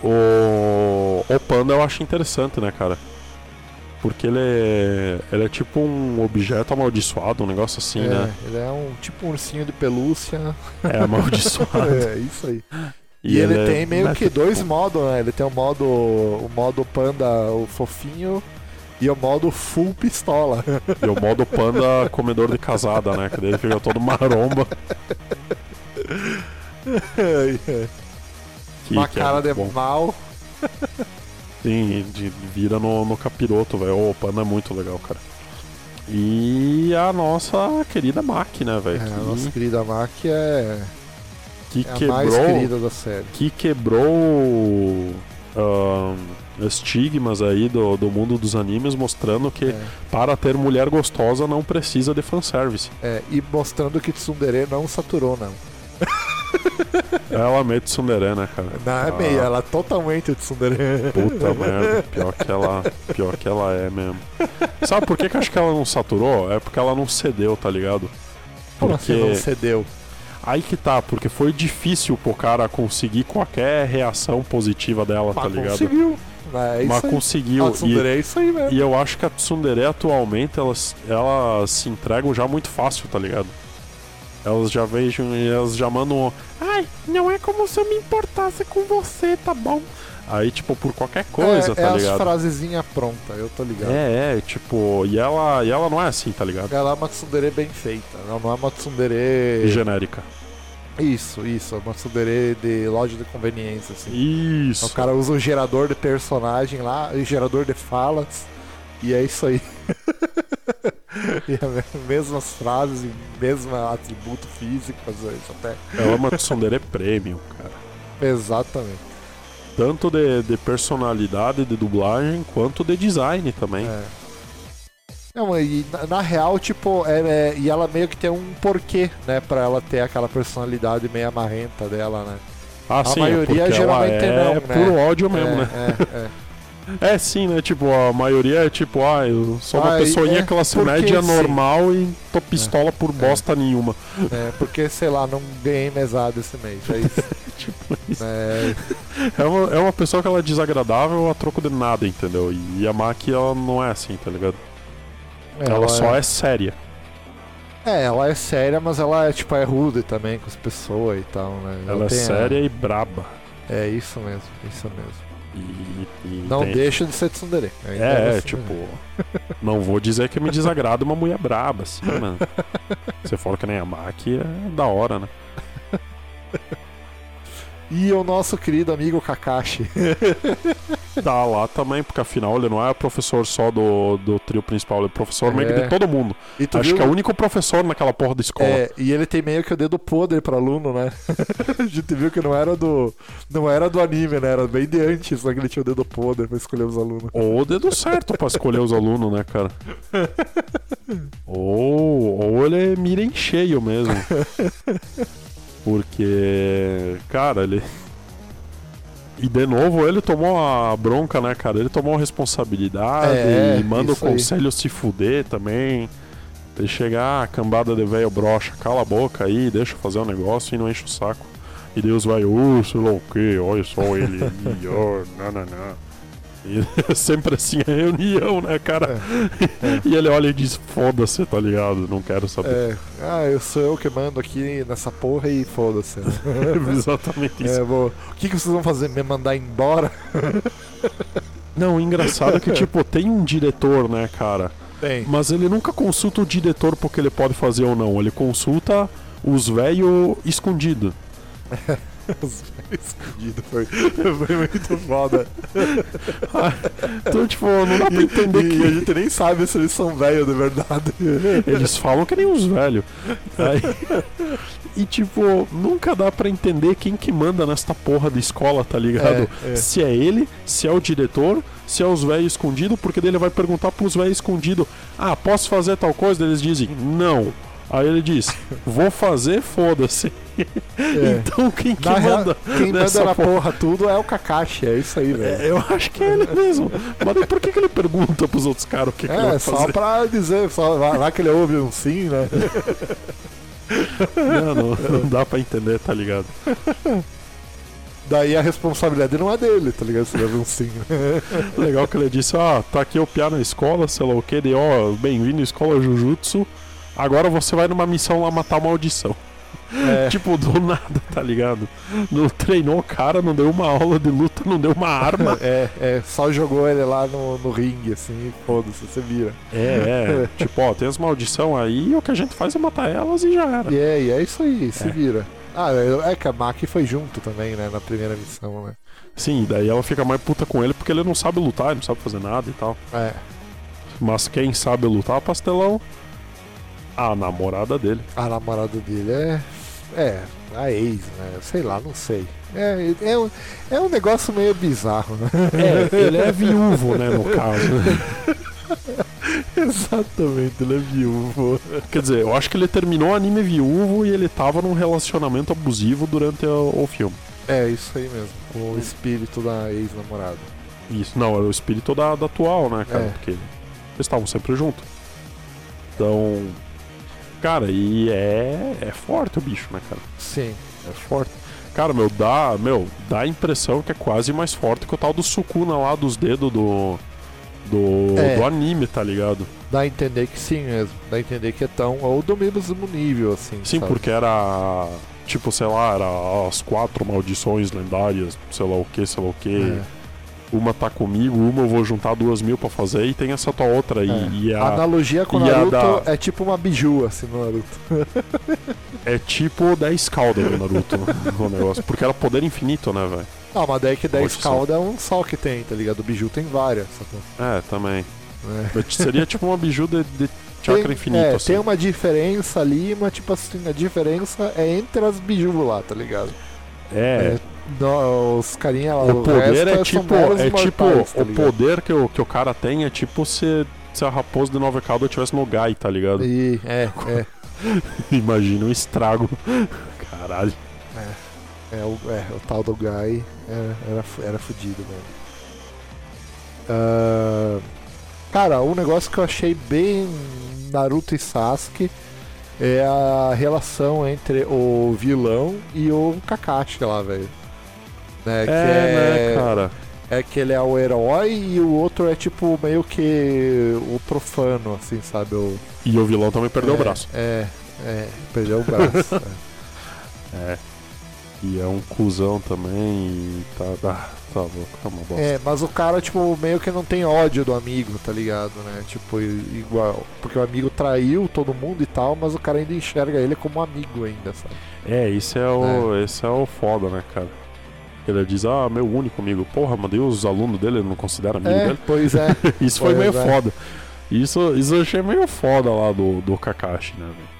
O... o Panda eu acho interessante, né, cara? Porque ele é, ele é tipo um objeto amaldiçoado, um negócio assim, é, né? Ele é um tipo um ursinho de *laughs* pelúcia. *laughs* É amaldiçoado. é, isso aí. E, ele, é tem meio que meta- dois modos, né? Ele tem o modo. o modo panda, o fofinho, e o modo full pistola. *laughs* E o modo panda comedor de casada, né? Que daí ele fica todo maromba. Que, Uma que é cara muito de bom. mal. Sim, de, vira no, no capiroto, velho. O panda é muito legal, cara. E a nossa querida Mac, né, É, velho? a que nossa querida Mac é, que é a mais quebrou. querida da série. Que quebrou. ahn, estigmas aí do, do mundo dos animes mostrando que É, para ter mulher gostosa não precisa de fanservice. é, e mostrando que Tsundere não saturou, não. Ela é meio tsundere, né, cara? Não é Ah. meio, ela é totalmente Tsundere. *laughs* Puta merda, pior que ela, pior que ela é mesmo. Sabe por que, que eu acho que ela não saturou? É porque ela não cedeu, tá ligado? *laughs* Como assim não Porque cedeu? aí que tá, porque foi difícil pro cara conseguir qualquer reação positiva dela, tá Mas ligado? conseguiu. É isso Mas aí. conseguiu. A Tsundere é isso aí E, mesmo. e eu acho que a Tsundere atualmente elas, elas se entregam já muito fácil, tá ligado? Elas já vejam e elas já mandam. um, Ai, não é como se eu me importasse com você, tá bom? Aí, tipo, por qualquer coisa, é, tá é as né? ligado? frasezinhas prontas, eu tô ligado. É, é, tipo, e ela, e ela não é assim, tá ligado? Ela é uma tsundere bem feita, ela não é uma tsundere... Genérica. Isso, isso, é uma tsundere de loja de conveniência, assim. Isso. O cara usa um gerador de personagem lá, um gerador de falas, e é isso aí. *laughs* e as mesmas frases, e mesmo atributo físico, às vezes até. Ela é uma tsundere premium, cara. Exatamente. Tanto de, de personalidade, de dublagem, quanto de design também. É. Não, e na, na real, tipo, é, é- e ela meio que tem um porquê, né, pra ela ter aquela personalidade meio amarrenta dela, né? Ah, A sim, maioria porque ela geralmente é não, né? puro ódio mesmo, é, né? É, é. É sim, né? Tipo, a maioria é tipo, ah, eu sou uma Ah, e- pessoinha é, classe porque média sim. normal e tô pistola por bosta nenhuma. É, porque, sei lá, não ganhei mesada esse mês. É isso. *laughs* Tipo, isso. É, É, uma, é uma pessoa que ela é desagradável a troco de nada, entendeu? E a Maki, ela não é assim, tá ligado? Ela, só é séria. É, ela é séria, mas ela é tipo é rude também com as pessoas e tal, né? Ela é tem a- séria e braba. É isso mesmo, isso mesmo. E, e Não tem- deixa de ser tsundere. Ainda É, é, assim, tipo. né? Não vou dizer que me desagrada uma mulher braba, assim, mano. Você for que nem a Maki, é da hora, né? E o nosso querido amigo Kakashi. *laughs* Tá lá também, porque afinal ele não é professor só do, do trio principal, ele é professor meio que É. de todo mundo. E tu Acho viu- que é o único professor naquela porra da escola. É, e ele tem meio que o dedo podre pra aluno, né? *laughs* A gente viu que não era do. Não era do anime, né? Era bem de antes, só que ele tinha o dedo podre pra escolher os alunos. Ou o *laughs* dedo certo pra escolher os alunos, né, cara? Ou, ou ele é mira em cheio mesmo. Porque, cara, ele. E de novo ele tomou a bronca, né, cara? Ele tomou a responsabilidade É, e manda o isso aí. conselho se fuder também. Ele chegar, ah, cambada de velho brocha, cala a boca aí, deixa eu fazer o negócio e não enche o saco. E Deus vai, ô, sei lá o quê, olha só ele *laughs* aí, ó, nananã. E *laughs* é sempre assim, é reunião, né, cara? *laughs* E ele olha e diz, foda-se, tá ligado? Não quero saber. É. Ah, eu sou eu que mando aqui nessa porra e *laughs* foda-se. né? Exatamente isso. É, vou... O que, que vocês vão fazer? Me mandar embora? Não, engraçado *laughs* que, tipo, tem um diretor, né, cara? Tem. Mas ele nunca consulta o diretor porque ele pode fazer ou não. Ele consulta os velhos escondido. Os velhos escondidos foi, *laughs* foi muito *laughs* foda. Então, tipo, não dá pra É. E, entender e a que... gente nem sabe se eles são velhos *laughs* de verdade. Eles falam que nem os velhos. Aí- *laughs* E, tipo, nunca dá pra entender quem que manda nesta porra da escola, tá ligado? É, é. Se é ele, se é o diretor, se é os velhos escondidos, porque daí ele vai perguntar pros velhos escondidos: Ah, posso fazer tal coisa? Daí Eles dizem: Não. Aí ele diz: Vou fazer, foda-se. Então quem que É. Na real, manda? quem manda nessa na porra? porra tudo é o Kakashi, é isso aí, velho. É, eu acho que é ele mesmo. Mas daí por que, que ele pergunta pros outros caras o *laughs* que, que ele É, vai só fazer? pra dizer, só lá, lá que ele ouve um sim, né? Não, não, não dá pra entender, tá ligado? Daí a responsabilidade não é dele, tá ligado? Se leva um sim. Legal que ele disse, ah, tá aqui o Piá na escola, sei lá o que, de ó, bem-vindo à escola Jujutsu. Agora você vai numa missão lá matar a maldição. É. Tipo, do *laughs* nada, tá ligado? Não treinou o cara, não deu uma aula de luta, não deu uma arma. É, é, só jogou ele lá no, no ringue, assim, e foda-se, você vira. *laughs* É, é. tipo, ó, tem as maldição aí, o que a gente faz é matar elas e já era. E é, e é isso aí, se vira. Ah, é que a Maki foi junto também, né, na primeira missão, né? Sim, daí ela fica mais puta com ele porque ele não sabe lutar, ele não sabe fazer nada e tal. É. Mas quem sabe lutar, pastelão? A namorada dele. A namorada dele é. É, a ex, né? Sei lá, não sei. É, é, um- é um negócio meio bizarro, né? É, ele *laughs* é viúvo, né, no caso. Exatamente, ele é viúvo. Quer dizer, eu acho que ele terminou o anime viúvo e ele tava num relacionamento abusivo durante o, o filme. É, isso aí mesmo, com o espírito da ex-namorada. Isso, não, era o espírito da, da atual, né, cara? É. Porque eles estavam sempre juntos. Então. Cara, e é, é forte o bicho, né, cara? Sim. É forte. Cara, meu, dá, meu, dá a impressão que é quase mais forte que o tal do Sukuna lá dos dedos do. Do, É. do anime, tá ligado? Dá a entender que sim mesmo. Dá a entender que é tão. Ou do mesmo nível, assim. Sim, sabe? porque era. Tipo, sei lá, era as quatro maldições lendárias, sei lá o que, sei lá o que. É. Uma tá comigo, uma eu vou juntar duas mil pra fazer e tem essa tua outra aí. É. E A a, analogia com o e a Naruto da- é tipo uma biju, assim, no Naruto. é tipo 10 caldas do Naruto *laughs* o negócio. Porque era poder infinito, né, velho? Não, mas daí que 10 Poxa, calda é um só que tem, tá ligado? O biju tem várias, sacou? É, também. É. Seria tipo uma biju de, de chakra tem, infinito, é, assim. tem uma diferença ali, mas tipo assim, a diferença é entre as biju lá, tá ligado? É, No- os carinha lá, O poder resto é são tipo. meros É tipo mortais, tá o ligado? poder que o, que o cara tem é tipo se, se a raposa de nove caudas tivesse no Gai, tá ligado? E, é, *laughs* Imagina um estrago. *laughs* Caralho. é, é, o, é, o tal do Guy é, era, fu- era fudido mesmo. Ah, cara, um negócio que eu achei bem Naruto e Sasuke é a relação entre o vilão e o Kakashi lá, velho. Né, que É, né, cara? é que ele é o herói e o outro é tipo meio que o profano, assim, sabe? O, E o vilão também perdeu é, o braço. É, é, perdeu *laughs* o braço. é. É. E é um cuzão também. E tá. Ah, tá louco, tá uma bosta. É, mas o cara, tipo, meio que não tem ódio do amigo, tá ligado, né? Tipo, i- igual. Porque o amigo traiu todo mundo e tal, mas o cara ainda enxerga ele como amigo ainda, sabe? É, esse é o, esse é o foda, né, cara? Ele diz, ah, meu único amigo. Porra, mandei os alunos dele, ele não considera amigo É, dele. *laughs* pois é. Isso foi né? Pois meio é. foda. Isso, isso eu achei meio foda lá do, do Kakashi, né, velho?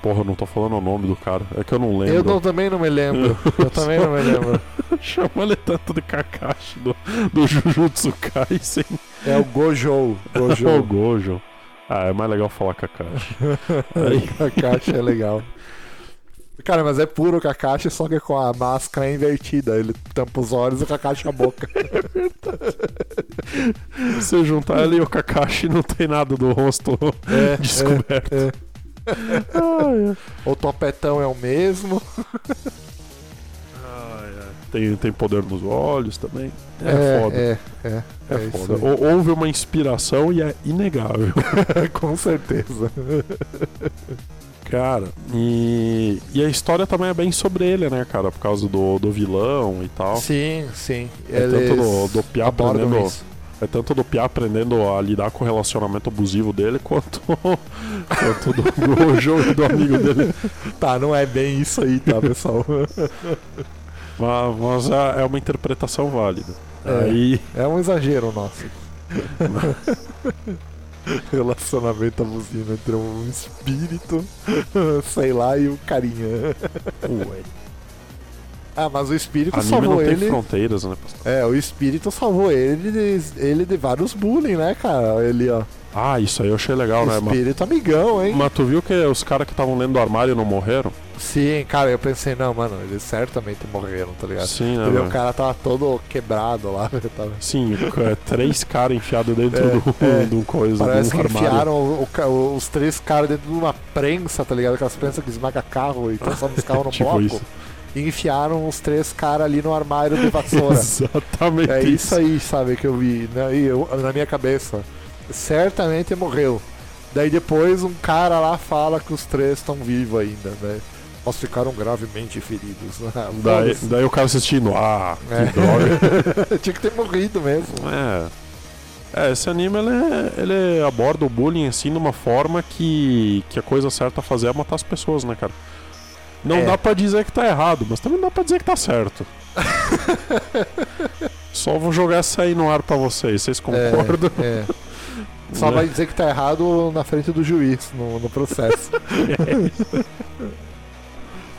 Porra, eu não tô falando o nome do cara. É que eu não lembro. Eu não- também não me lembro. Eu também não me lembro. *laughs* Chama ele tanto de Kakashi do, do Jujutsu Kaisen. É o Gojo. *laughs* O Gojo. Gojo. Ah, é mais legal falar Kakashi. *laughs* Aí. Kakashi é legal. Cara, mas é puro Kakashi, só que é com a máscara invertida. Ele tampa os olhos e o Kakashi a boca. *laughs* Você juntar ele e o Kakashi não tem nada do rosto *laughs* É, descoberto. é. Ai, ai. O topetão é o mesmo. Tem, tem poder nos olhos também. É, foda. É, É, é, é isso foda. aí. Hou- Houve uma inspiração e é *laughs* inegável. com certeza. Cara, e, e a história também é bem sobre ele, né, cara? Por causa do, do vilão e tal. Sim, sim. É Eles tanto do, do Piá abordam aprendendo. isso. É tanto do Piá aprendendo a lidar com o relacionamento abusivo dele, quanto, *laughs* quanto do Gojo e do amigo dele. Tá, não é bem isso aí, tá, pessoal? Mas, mas é é uma interpretação válida. É. Aí. *laughs* é um exagero nosso. *laughs* Relacionamento abusivo entre um espírito, *laughs* sei lá, e o carinha. Ué. Ah, mas o espírito Anime não salvou tem ele. fronteiras, né? pastor? É, o espírito salvou ele de, ele de vários bullying, né, cara? Ele, ó. Ah, isso aí eu achei legal, né? Mas, espírito amigão, hein? mas tu viu que os caras que estavam lendo o armário não morreram? Sim, cara, eu pensei, não, mano, eles certamente morreram, tá ligado? Sim, né? Tu vê, velho? o cara tava todo quebrado lá, *laughs* tava... Sim, é, três caras enfiados dentro É, do, é. do coisa, Parece do que armário. enfiaram o- o ca- os três caras dentro de uma prensa, tá ligado? Aquelas prensas que esmaga carro e transforma os carros no *laughs* tipo bloco. isso. e enfiaram os três caras ali no armário de vassoura. *laughs* Exatamente. é isso aí, sabe, que eu vi né? E eu- na minha cabeça. Certamente morreu. Daí depois um cara lá fala que os três estão vivos ainda, né? Mas ficaram gravemente feridos. né? Daí, Foda-se. daí o cara assistindo, ah, que É. droga. *laughs* Tinha que ter morrido mesmo. É. É, esse anime ele, é, ele aborda o bullying assim de uma forma que, que a coisa certa a fazer é matar as pessoas, né, cara? Não É. dá pra dizer que tá errado, mas também não dá pra dizer que tá certo. Só vou jogar essa aí no ar pra vocês, vocês concordam? É, é. Só Né? vai dizer que tá errado na frente do juiz, no, no processo.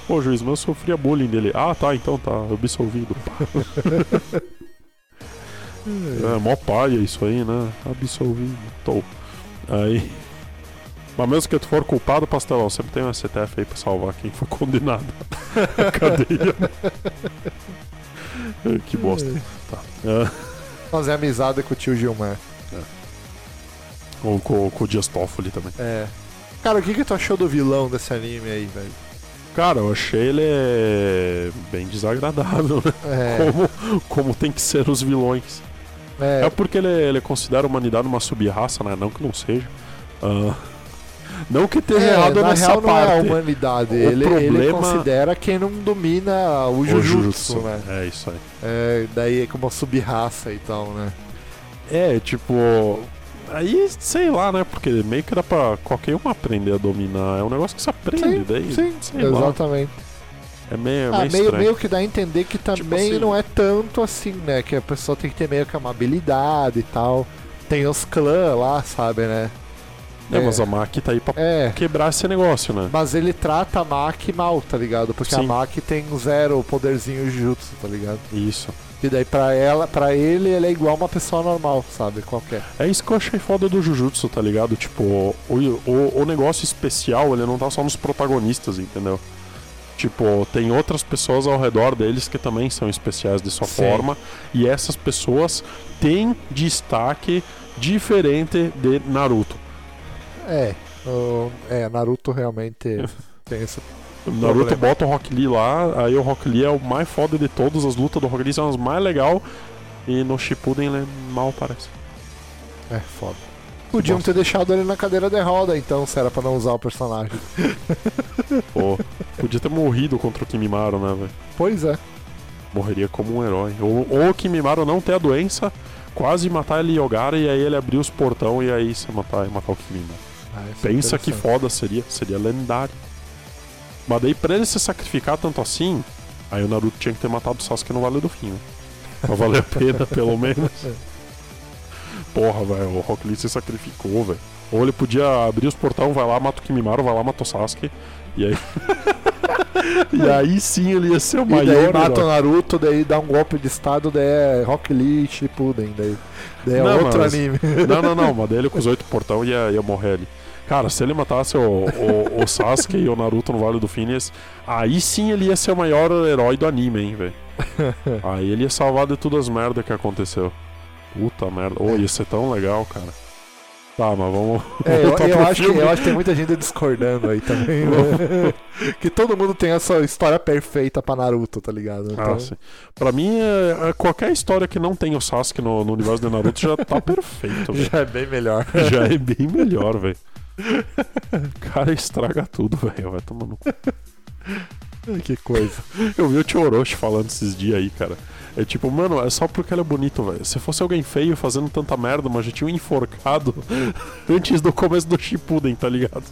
Pô, juiz, mas eu sofria bullying dele. Ah, tá, então tá, absolvido. Pá. *laughs* É, mó palha isso aí, né? Absolvido. Tô. Aí. Mas mesmo que tu for culpado, pastelão, sempre tem um STF aí pra salvar quem foi *laughs* condenado à cadeia. É, que bosta. Tá. É, Fazer amizade com o tio Gilmar. ou com, com o Dias Toffoli também. É. Cara, o que, que tu achou do vilão desse anime aí, velho? Cara, eu achei ele é, bem desagradável, né? É, Como, como tem que ser os vilões. É, é, porque ele, ele considera a humanidade uma sub-raça, né? Não que não seja. Ah, não que esteja é, errado na nessa real não é a parte. humanidade. O Ele, ele problema- considera quem não domina o O Jujutsu, Jujutsu, né? É isso aí. É, daí é como uma sub-raça e tal, né? É, tipo. Aí, sei lá, né? Porque meio que dá pra qualquer um aprender a dominar. É um negócio que se aprende, Sim, daí. sim, sei lá. Exatamente. É meio, é Ah, meio meio, estranho. meio que dá a entender que também assim- não é tanto assim, né? Que a pessoa tem que ter meio que amabilidade e tal. Tem os clãs lá, sabe, né? É, mas a Maki tá aí pra É. quebrar esse negócio, né? Mas ele trata a Maki mal, tá ligado? Porque a Sim. Maki tem zero poderzinho jutsu, tá ligado? Isso. E daí pra ela, para ele, ele é igual uma pessoa normal, sabe? Qualquer. É isso que eu achei foda do Jujutsu, tá ligado? Tipo, o, o, o negócio especial, ele não tá só nos protagonistas, entendeu? Tipo, tem outras pessoas ao redor deles que também são especiais de sua Sim. forma. E essas pessoas têm destaque diferente de Naruto. É. o- é, Naruto *laughs* realmente tem esse. O Naruto Problema. bota o Rock Lee lá, aí o Rock Lee é o mais foda de todos, as lutas do Rock Lee são as mais legais. E no Shippuden ele mal parece. É foda. Podiam ter deixado ele na cadeira de roda, então, se era pra não usar o personagem. Pô, podia ter morrido contra o Kimimaro, né, velho? Pois é. Morreria como um herói. Ou, ou o Kimimaro não ter a doença, quase matar ele Yogara e aí ele abrir os portão e aí você matar, matar o Kimimaro. Ah, isso é Pensa que interessante. foda seria. Seria lendário. Mas daí pra ele se sacrificar tanto assim, aí o Naruto tinha que ter matado o Sasuke no Vale do Fim, né? Pra valer a pena, *laughs* pelo menos. Porra, velho, o Rock Lee se sacrificou, velho. Ou ele podia abrir os portão, vai lá, mata o Kimimaro, vai lá, mata o Sasuke. E aí. *laughs* e aí sim ele ia ser o E maior. daí mata herói. o Naruto, daí dá um golpe de estado, daí é Rock Lee e Shippuden, daí, daí é Não, outro mas- anime. *laughs* Não, não, não, mas daí ele com os oito portão ia, ia morrer ali. Cara, se ele matasse o, o, o Sasuke e o Naruto no Vale do Phineas, aí sim ele ia ser o maior herói do anime, hein, velho. Aí ele ia salvar de todas as merdas que aconteceu. Puta merda. Ô, ia ser tão legal, cara. Tá, mas vamos. É, eu, voltar eu pro acho que, filme. eu acho que tem muita gente discordando aí também, *laughs* né? que todo mundo tem essa história perfeita pra Naruto, tá ligado? *laughs* Ah, Então, sim. Pra mim, é- é qualquer história que não tem o Sasuke no, no universo de Naruto já tá *laughs* perfeito, velho. já é bem *laughs* melhor. Já é bem melhor, velho. Cara, estraga tudo, velho. Vai tomando que coisa. Eu vi o Tio Orochi falando esses dias aí, cara. É tipo, mano, é só porque ele é bonito, velho. Se fosse alguém feio fazendo tanta merda, mas já tinha um enforcado *laughs* antes do começo do Shippuden, tá ligado?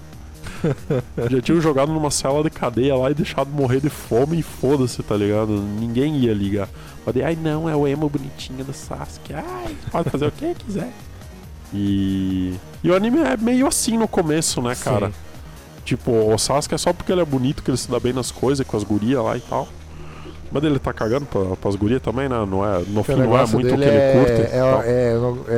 já tinham jogado numa cela de cadeia lá e deixado morrer de fome e foda-se, tá ligado? Ninguém ia ligar. Mas daí, ai não, é o emo bonitinho do Sasuke. Ai, pode fazer o que quiser. E... e o anime é meio assim no começo, né, cara? Sim. Tipo, o Sasuke é só porque ele é bonito, que ele se dá bem nas coisas, com as gurias lá e tal. Mas ele tá cagando pra, pras gurias também, né? Não é, no Porque fim o não é negócio muito o dele que ele é, curte. é, tal. É, é,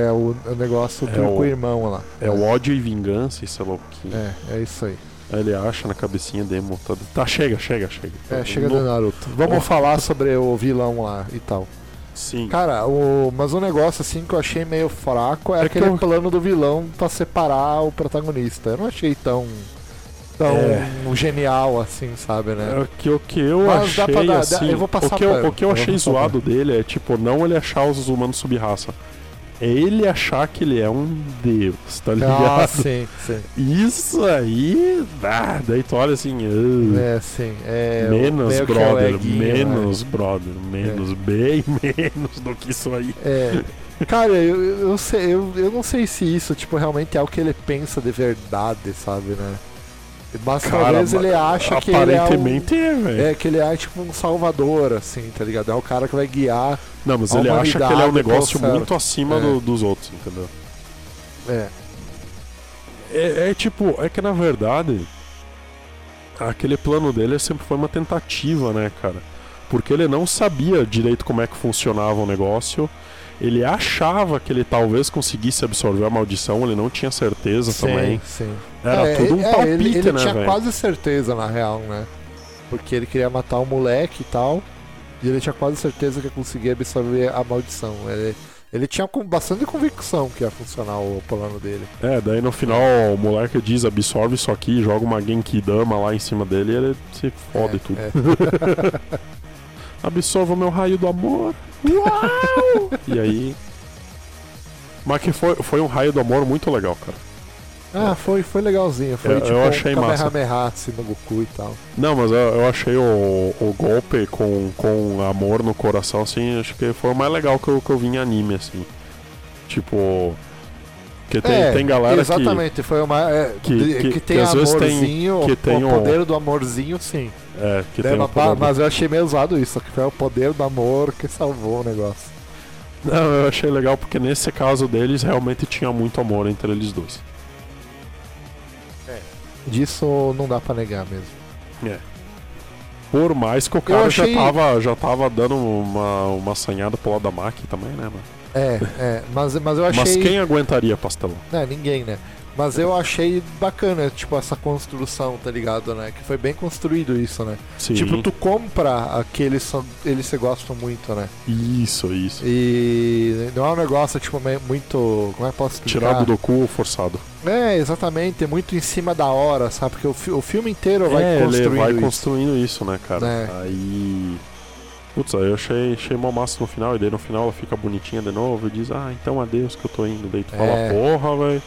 é o, é o negócio É do o- é irmão lá. o ódio e vingança e sei lá o que. É, é isso aí. Aí ele acha na cabecinha demo. Tá, tá, chega, chega, chega. É, chega No- do Naruto. Vamos Oh. falar sobre o vilão lá e tal. Sim. Cara, o... mas um negócio assim que eu achei meio fraco É é, que aquele eu- plano do vilão pra separar o protagonista. Eu não achei tão tão É. genial assim, sabe, né? É, que, o que eu Mas dá achei, pra dar- dá- assim, eu vou passar o que eu, pano. o que eu Eu achei vou passar zoado dele é, tipo, não ele achar os humanos sub-raça. É ele achar que ele é um deus, tá ligado? *laughs* Ah, sim, sim. Isso aí, ah, daí tu olha assim, ah, É, sim. É, o- menos meio que é o brother, eguinho, né? menos brother, menos bem *laughs* menos do que isso aí. É. Cara, eu, eu, eu sei, eu, eu não sei se isso, tipo, realmente é o que ele pensa de verdade, sabe, né? Mas Cara, talvez ele acha que ele é, um, aparentemente é, velho. é que ele é tipo um salvador, assim, tá ligado? É o cara que vai guiar. Não, mas a ele acha que ele é um humanidade negócio pelo muito acima É. do- dos outros, entendeu? É, É, é tipo, é que na verdade, aquele plano dele sempre foi uma tentativa, né, cara? Porque ele não sabia direito como é que funcionava o negócio. Ele achava que ele talvez conseguisse absorver a maldição, ele não tinha certeza também. sim. Era É, tudo um é, palpite, ele, ele né, tinha velho? quase certeza, na real, né? Porque ele queria matar o moleque e tal. E ele tinha quase certeza que ia conseguir absorver a maldição. Ele, ele tinha com bastante convicção que ia funcionar o plano dele. É, daí no final o moleque diz, absorve isso aqui, joga uma Genkidama lá em cima dele e ele se fode É, tudo. é. Absorva o meu raio do amor. Uau! *laughs* e aí... Mas que foi, foi um raio do amor muito legal, cara. Ah, foi, foi legalzinho. Foi É, eu tipo achei um massa. Kamehameha assim no Goku e tal. Não, mas eu, eu achei o, o golpe com, com amor no coração, assim, acho que foi o mais legal que eu, que eu vi em anime, assim. Tipo. Porque tem, É, tem galera que. Exatamente, foi uma. é, que- de- que- que, tem que às vezes tem- amorzinho, que tem o o- poder do amorzinho, sim. É, que Né, tem. um mas, poder- mas eu achei meio usado isso, que foi o poder do amor que salvou o negócio. Não, eu achei legal porque nesse caso deles realmente tinha muito amor entre eles dois. Disso não dá pra negar mesmo. Por mais que o cara achei- já, tava, já tava dando uma, uma assanhada pro lado da Maki também, né, mano? É, é, mas, mas eu achei. Mas quem aguentaria, Pastelão? Não, ninguém, né? Mas eu achei bacana, tipo, essa construção, tá ligado, né? Que foi bem construído isso, né? Sim. Tipo, tu compra aqueles são, eles se gostam muito, né? Isso, isso. E não é um negócio, tipo, meio- muito. Como é que eu posso explicar? Tirado do cu forçado. É, exatamente, é muito em cima da hora, sabe? Porque o, fi- o filme inteiro vai é, construindo ele vai isso. construindo isso, né, cara? É. Aí. Putz, aí eu achei, achei mó massa no final, e daí no final ela fica bonitinha de novo e diz, ah, então adeus que eu tô indo. Daí tu fala, É. porra, velho.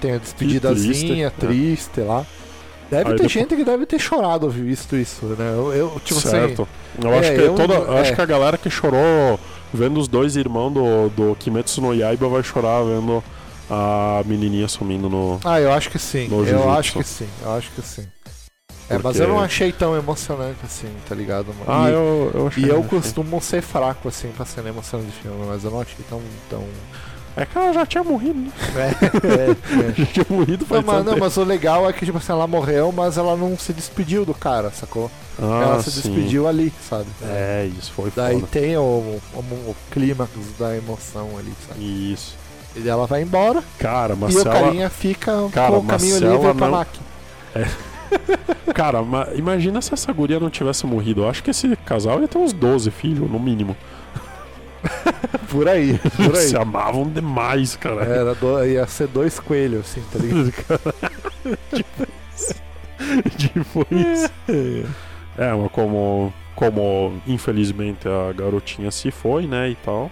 Tem a despedidazinha, Que triste, é. triste lá. Deve Aí ter depois- gente que deve ter chorado ao visto isso, né? Eu, eu, tipo assim, certo. eu acho, é, que, eu- toda, eu acho é. que a galera que chorou vendo os dois irmãos do, do Kimetsu no Yaiba vai chorar vendo a menininha sumindo no. Ah, eu acho que sim. No eu Jujutsu. acho que sim. Eu acho que sim. É, mas Porque- eu não achei tão emocionante assim, tá ligado? mano? Ah, e, eu, é eu achei. e eu achei. costumo ser fraco assim pra cena emocionante de filme, mas eu não achei tão. tão... É que ela já tinha morrido, né? *laughs* *laughs* É, Já tinha morrido Não, faz mas, tanto não, tempo. mas o legal é que, tipo assim, ela morreu, mas ela não se despediu do cara, sacou? Ah, ela se sim. despediu ali, sabe? É, isso foi Daí foda. tem o, o, o clímax da emoção ali, sabe? Isso. E ela vai embora Cara, mas e o se ela- carinha fica Cara, com o mas caminho se livre ela pra não- *laughs* máquina. Cara, ma- imagina se essa guria não tivesse morrido. Eu acho que esse casal ia ter uns 12 filhos, no mínimo. Por aí, por Eles aí. se amavam demais, cara. É, Era do- ia ser dois coelhos, assim, tá ligado? *laughs* tipo isso. É, mas como, como infelizmente a garotinha se foi, né, e tal.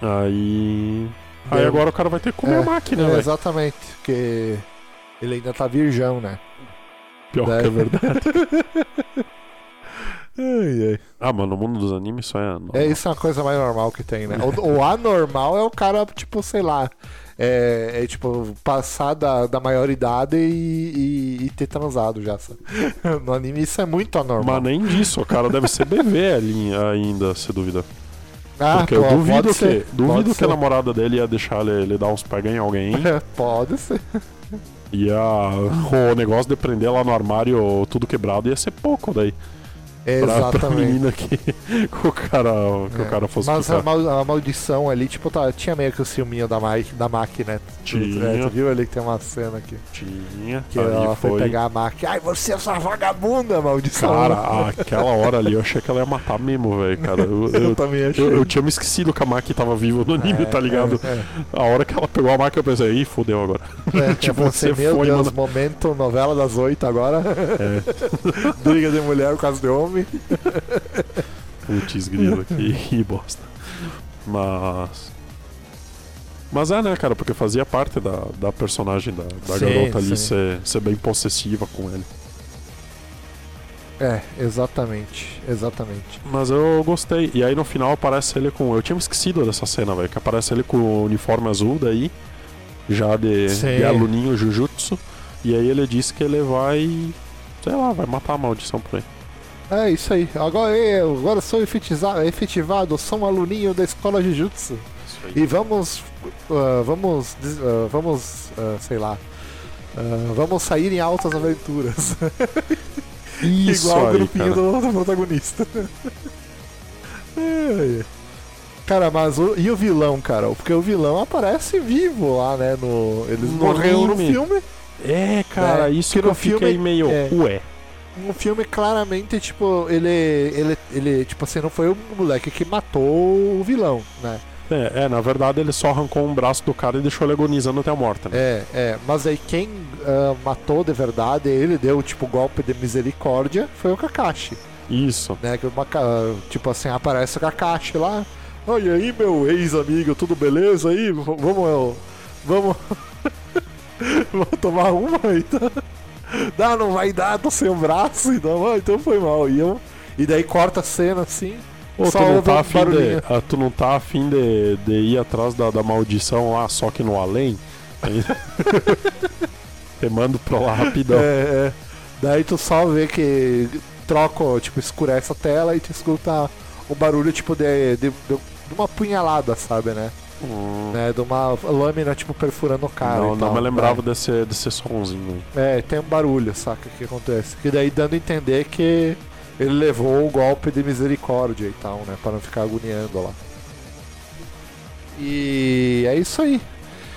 Aí. *laughs* Aí Deu. agora o cara vai ter que comer É, a máquina, É, velho. exatamente, porque ele ainda tá virgão, né? Pior Daí- que é verdade. *laughs* Ai, ai. Ah, mano, no mundo dos animes só é. É, isso é uma coisa mais normal que tem, né? O, o anormal é o cara, tipo, sei lá, é, é, tipo, passar da, da maioridade e, e- e ter transado já. sabe? *laughs* No anime isso é muito anormal. Mas nem disso, o cara deve ser bebê ali ainda, se duvidar. ah, Porque eu pô, duvido pode que, ser, pode duvido que é ser. a namorada dele ia deixar ele, ele dar uns pega em alguém. *laughs* Pode ser. E a- o negócio de prender lá no armário tudo quebrado ia ser pouco daí. Pra, Exatamente. pra menina que, *laughs* que o cara, que o É. cara fosse Mas ficar. a, mal- a maldição ali, tipo, tá, tinha meio que o ciúminho da, Ma da Mac, né? Tinha. É, tu viu ali que tem uma cena aqui. Tinha, Que ali ela foi... foi. pegar né? a Mac. Ai, você é sua vagabunda, maldição. Cara, aquela hora ali eu achei que ela ia matar mesmo, velho, cara. Eu, eu, eu, também achei. eu, eu tinha me esquecido que a Maki tava viva no anime, É, tá ligado? é, é. A hora que ela pegou a Maki eu pensei, ih, fodeu agora. É, *laughs* Tipo, tipo, você, você meu foi, Deus, mano. momento, novela das *laughs* oito agora. É, Briga de mulher por causa de homem. putz, grilo, que, *laughs* que bosta. Mas. Mas é, né, cara, porque fazia parte da, da personagem da, da Sim, garota sim. ali ser, ser bem possessiva com ele. É, exatamente, exatamente. Mas eu gostei. E aí no final aparece ele com. Eu tinha me esquecido dessa cena, velho. Que aparece ele com o uniforme azul daí. Já de, Sim. de aluninho Jujutsu. E aí ele disse que ele vai. Sei lá, vai matar a maldição por aí. É isso aí. Agora eu agora sou efetiza- efetivado, sou um aluninho da escola Jujutsu. E vamos. ah, vamos. des- ah, vamos. ah, sei lá. Ah, vamos sair em altas aventuras. *laughs* Isso Igual o aí, cara. grupinho do, do protagonista. *laughs* Ai. cara, mas o- e o vilão, cara? Porque o vilão aparece vivo lá, né? No, eles No morreram no anime. filme. É, cara, É, isso que que eu no filme- fiquei meio. é. Ué. No Um filme, claramente, tipo, ele, ele. Ele, tipo assim, não foi o moleque que matou o vilão, né? É, é, na verdade ele só arrancou um braço do cara e deixou ele agonizando até a morte, né? É, é. Mas aí quem ah, matou de verdade, ele deu, tipo, golpe de misericórdia, foi o Kakashi. Isso. né? Que uma, ca- tipo assim, aparece o Kakashi lá. Olha aí, meu ex-amigo, tudo beleza aí? V- Vamos, eu- vamos. *laughs* vamos tomar uma então. Dá, não vai dar, tô sem o braço, então, ah, então foi mal. E, eu, e daí corta a cena assim. Ou tu Só não, ouve tá um afim de, barulhinho. ah, tu não tá afim de, de ir atrás da, da maldição lá, só que no além? *laughs* Aí- Te mando pra lá rapidão. É, é. Daí tu só vê que troca, tipo, escurece a tela e tu escuta o barulho, tipo, de, de, de uma punhalada, sabe, né? Hum, né? De uma lâmina, tipo, perfurando o cara. não, não e tal, me né? lembrava desse, desse sonzinho. aí. É, tem um barulho, saca, que acontece. Que daí dando a entender que ele levou o golpe de misericórdia e tal, né? Pra não ficar agoniando lá. E é isso aí.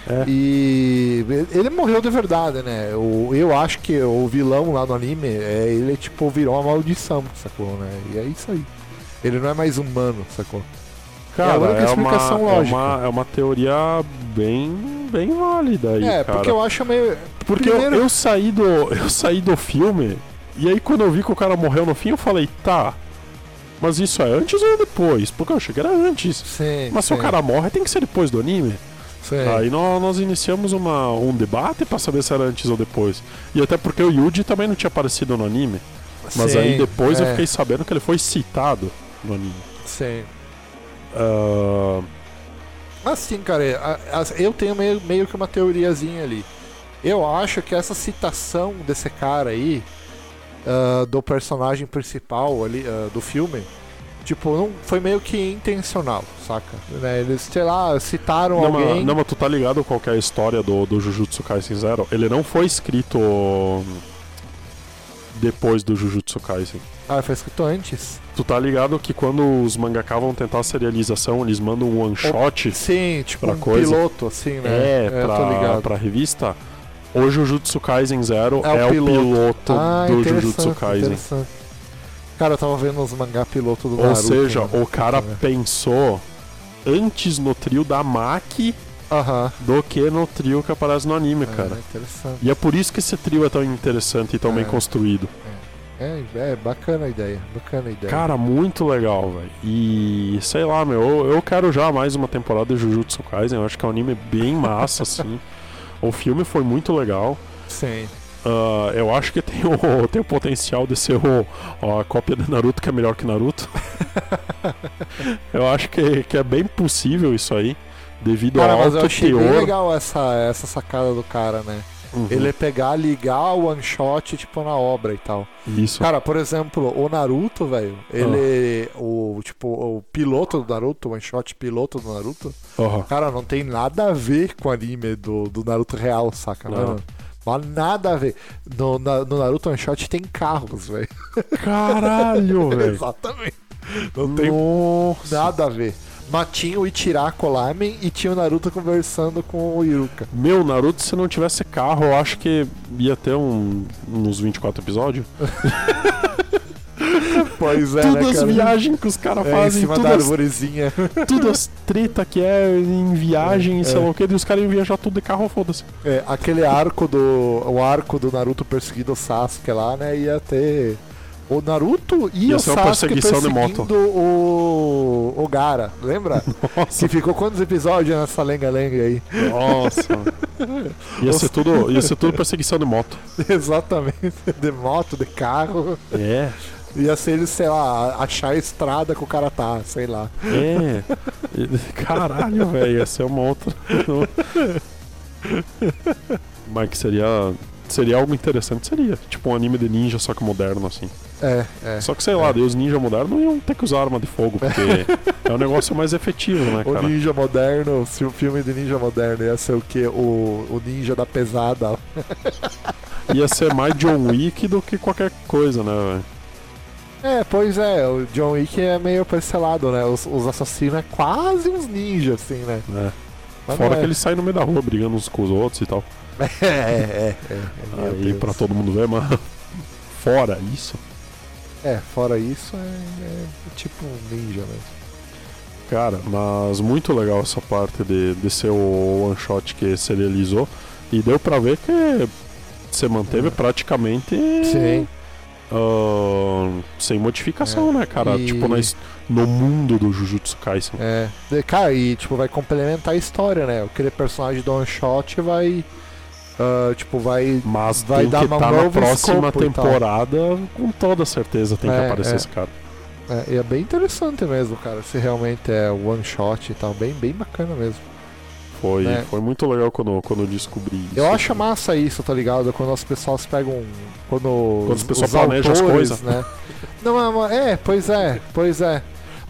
É. E ele morreu de verdade, né? O, eu acho que o vilão lá no anime, é, ele tipo virou uma maldição, sacou, né? E é isso aí. Ele não é mais humano, sacou? Cara, única é, uma, explicação é, lógica. uma, é uma teoria bem, bem válida aí, é, cara. porque eu acho meio. Porque eu, eu saí do, eu saí do filme, e aí quando eu vi que o cara morreu no fim, eu falei, tá, mas isso é antes ou depois? Porque eu achei que era antes. Sim, Mas se o sim, cara morre, tem que ser depois do anime. sim. Aí nó- nós, iniciamos uma- um debate pra saber se era antes ou depois. E até porque o Yuji também não tinha aparecido no anime. Mas Sim, aí depois eu é, fiquei sabendo que ele foi citado no anime. Sim. Ah, Assim, cara, a- a- eu tenho meio, meio que uma teoriazinha ali. Eu acho que essa citação desse cara aí, ah, do personagem principal ali, ah, do filme, tipo, não, foi meio que intencional, saca? Né, Eles, sei lá, citaram não, Então, alguém. mas, não, mas tu tá ligado qual que é a história do, do Jujutsu Kaisen Zero? Ele não foi escrito depois do Jujutsu Kaisen. Ah, foi escrito antes? Tu tá ligado que quando os mangaka vão tentar a serialização, eles mandam um one shot Sim, tipo, Pra um coisa. piloto, assim, né? É, eu tô pra, ligado. pra revista. O Jujutsu Kaisen Zero é, o piloto, Ah, do interessante, Jujutsu Kaisen. interessante. Cara, eu tava vendo os mangá piloto do Ou Naruto. seja, né? o cara É. pensou antes no trio da Maki Aham. do que no trio que aparece no anime, cara. É, interessante. E é por isso que esse trio é tão interessante e tão É. bem construído. É, é bacana a ideia, bacana a ideia. Cara, muito legal, velho. E sei lá, meu, eu, eu quero já mais uma temporada de Jujutsu Kaisen. Eu acho que é um anime bem *laughs* massa, assim. O filme foi muito legal. Sim. Ah, eu acho que tem *laughs* o, tem o potencial de ser o, a cópia de Naruto que é melhor que *laughs* Naruto. eu acho que, que é bem possível isso aí, devido Cara, ao mas eu alto achei bem teor. legal essa, essa sacada do cara, né? Uhum, Ele pegar, ligar o one shot, tipo, na obra e tal. Isso. Cara, por exemplo, o Naruto, velho, ele. O, tipo, o piloto do Naruto, o one shot piloto do Naruto, Aham. cara, não tem nada a ver com o anime do, do Naruto real, saca? Não. Né? Mas nada a ver. No, na- no Naruto One Shot tem carros, velho. *laughs* Caralho, É. velho. Exatamente. Não tem Nossa. nada a ver. Mas tinha o Ichirako Lamen e tinha o Naruto conversando com o Iruka. Meu, Naruto, se não tivesse carro, eu acho que ia ter um, uns 24 episódios. Pois é, todas as né, cara? viagens que os caras É, em fazem, cima da todas, arvorezinha. todas as treta que é em viagem, *laughs* É, sei é. lá o que, e os caras iam viajar tudo de carro, foda-se. É, aquele arco do. O arco do Naruto perseguindo o Sasuke lá, né? Ia ter. O Naruto e Ia o ser uma Sasuke perseguição de moto. perseguindo o. O Gara, *laughs* lembra? Nossa, Que ficou quantos episódios nessa lenga-lenga aí? nossa. Ia ser, tudo, ia ser tudo perseguição de moto. *laughs* Exatamente. De moto, de carro. É, Ia ser ele, sei lá, achar a estrada que o cara tá, sei lá. é. Caralho, velho, ia ser uma outra. Mas que seria. Seria algo interessante, seria. Tipo um anime de ninja, só que moderno, assim. É, é. Só que sei lá, daí os ninja modernos não iam ter que usar arma de fogo, porque é um negócio mais efetivo, né, O cara? ninja moderno, se o filme de ninja moderno ia ser o quê? O, o ninja da pesada. Ia ser mais John Wick do que qualquer coisa, né, velho? É, pois é, o John Wick é meio parcelado, né? Os, os assassinos é quase uns ninjas, assim, né? né? Mas Fora não é. que ele sai no meio da rua brigando uns com os outros e tal. *laughs* É, é, é. é, meu Aí Deus. pra todo mundo ver, mas. Fora isso. É, fora isso, é, é tipo um ninja mesmo. Cara, mas muito legal essa parte de, de ser o one shot que serializou. E deu pra ver que você É. manteve praticamente. ah, sem modificação, É. né, cara? E- Tipo, na his- no mundo do Jujutsu Kaisen. É. De- Cara, e tipo, vai complementar a história, né? Aquele personagem do One Shot vai. ah, tipo, vai. Mas Vai tem dar que uma estar na nova próxima escopo e tal. temporada, com toda certeza tem que É, aparecer é. esse cara. É, e é bem interessante mesmo, cara. Se realmente é One Shot e tal. Bem, bem bacana mesmo. Foi, É. foi muito legal quando, quando eu descobri isso. É Eu acho massa isso, tá ligado? Quando as pessoas pegam. um, Quando, Quando os as pessoas os planejam as autores, coisas. né? Não, é, uma- é, pois é, pois é.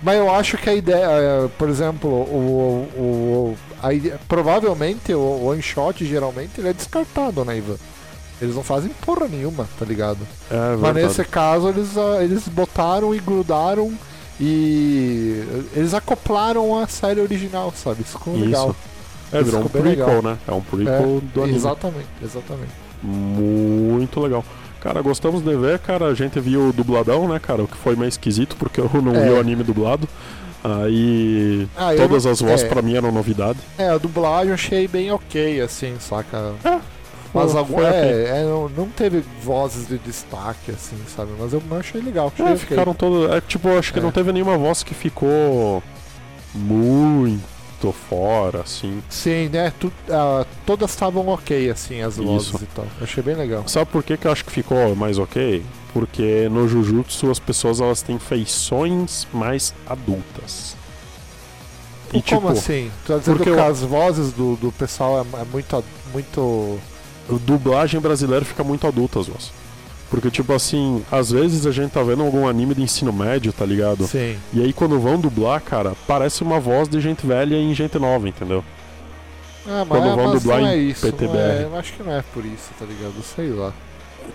Mas eu acho que a ideia, é, por exemplo, o, o, o- a ide- provavelmente o one shot geralmente ele é descartado, né, Ivan? Eles não fazem porra nenhuma, tá ligado? É Mas verdade. nesse caso eles, ah, eles botaram e grudaram e eles acoplaram a série original, sabe? Isso ficou Isso. legal. É, virou um ficou bem prequel, legal. né? É um prequel do anime. Exatamente, exatamente. Muito legal. Cara, gostamos de ver, cara. A gente viu o dubladão, né, cara? O que foi meio esquisito, porque eu não É. vi o anime dublado. Aí Ah, eu- todas as vozes é. pra mim eram novidade. É, a dublagem eu achei bem ok, assim, saca? É, Mas foi- algum, foi é, ok. é, não, não teve vozes de destaque, assim, sabe? Mas eu achei legal. Achei É, ok. ficaram todas. É, tipo, eu acho que É. não teve nenhuma voz que ficou muito fora, assim. Sim, né? Tu, ah, todas estavam ok, assim, as vozes Isso. e tal. Eu achei bem legal. Sabe por que, que eu acho que ficou mais ok? Porque no Jujutsu as pessoas elas têm feições mais adultas. E E como tipo, assim? Tu tá dizendo porque que eu- as vozes do, do pessoal é, é muito. muito... a dublagem brasileira fica muito adulta as vozes. Porque, tipo assim, às vezes a gente tá vendo algum anime de ensino médio, tá ligado? Sim. E aí quando vão dublar, cara, parece uma voz de gente velha em gente nova, entendeu? Ah, mas, Quando vão mas dublar não é em isso. Não PTBR. é, eu acho que não é por isso, tá ligado? Sei lá.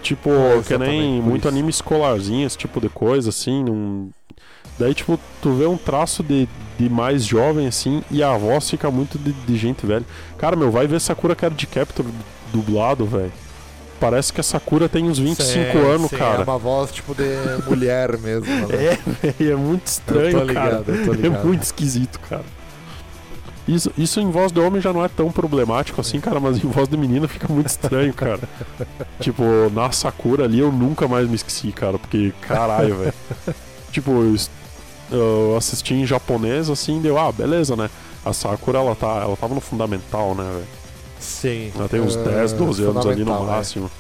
Tipo, É, que nem exatamente, por muito isso. anime escolarzinho, esse tipo de coisa, assim. Num... Daí, tipo, tu vê um traço de, de mais jovem, assim, e a voz fica muito de, de gente velha. Cara, meu, vai ver Sakura Card Captor dublado, velho. Parece que a Sakura tem uns 25 Sim, anos, sim, É cara. uma voz tipo de mulher mesmo. né? É, velho, é muito estranho, eu tô ligado, cara. eu tô ligado. É muito esquisito, cara. Isso, isso em voz de homem já não é tão problemático assim, cara, mas em voz de menina fica muito estranho, *laughs* cara. tipo, na Sakura ali eu nunca mais me esqueci, cara, porque caralho, velho. Tipo, eu, es- eu assisti em japonês assim, deu, ah, beleza, né? A Sakura, ela, tá, ela tava no fundamental, né, velho? Sim. Ela tem uns Ah, 10, 12 anos ali no fundamental, é. máximo.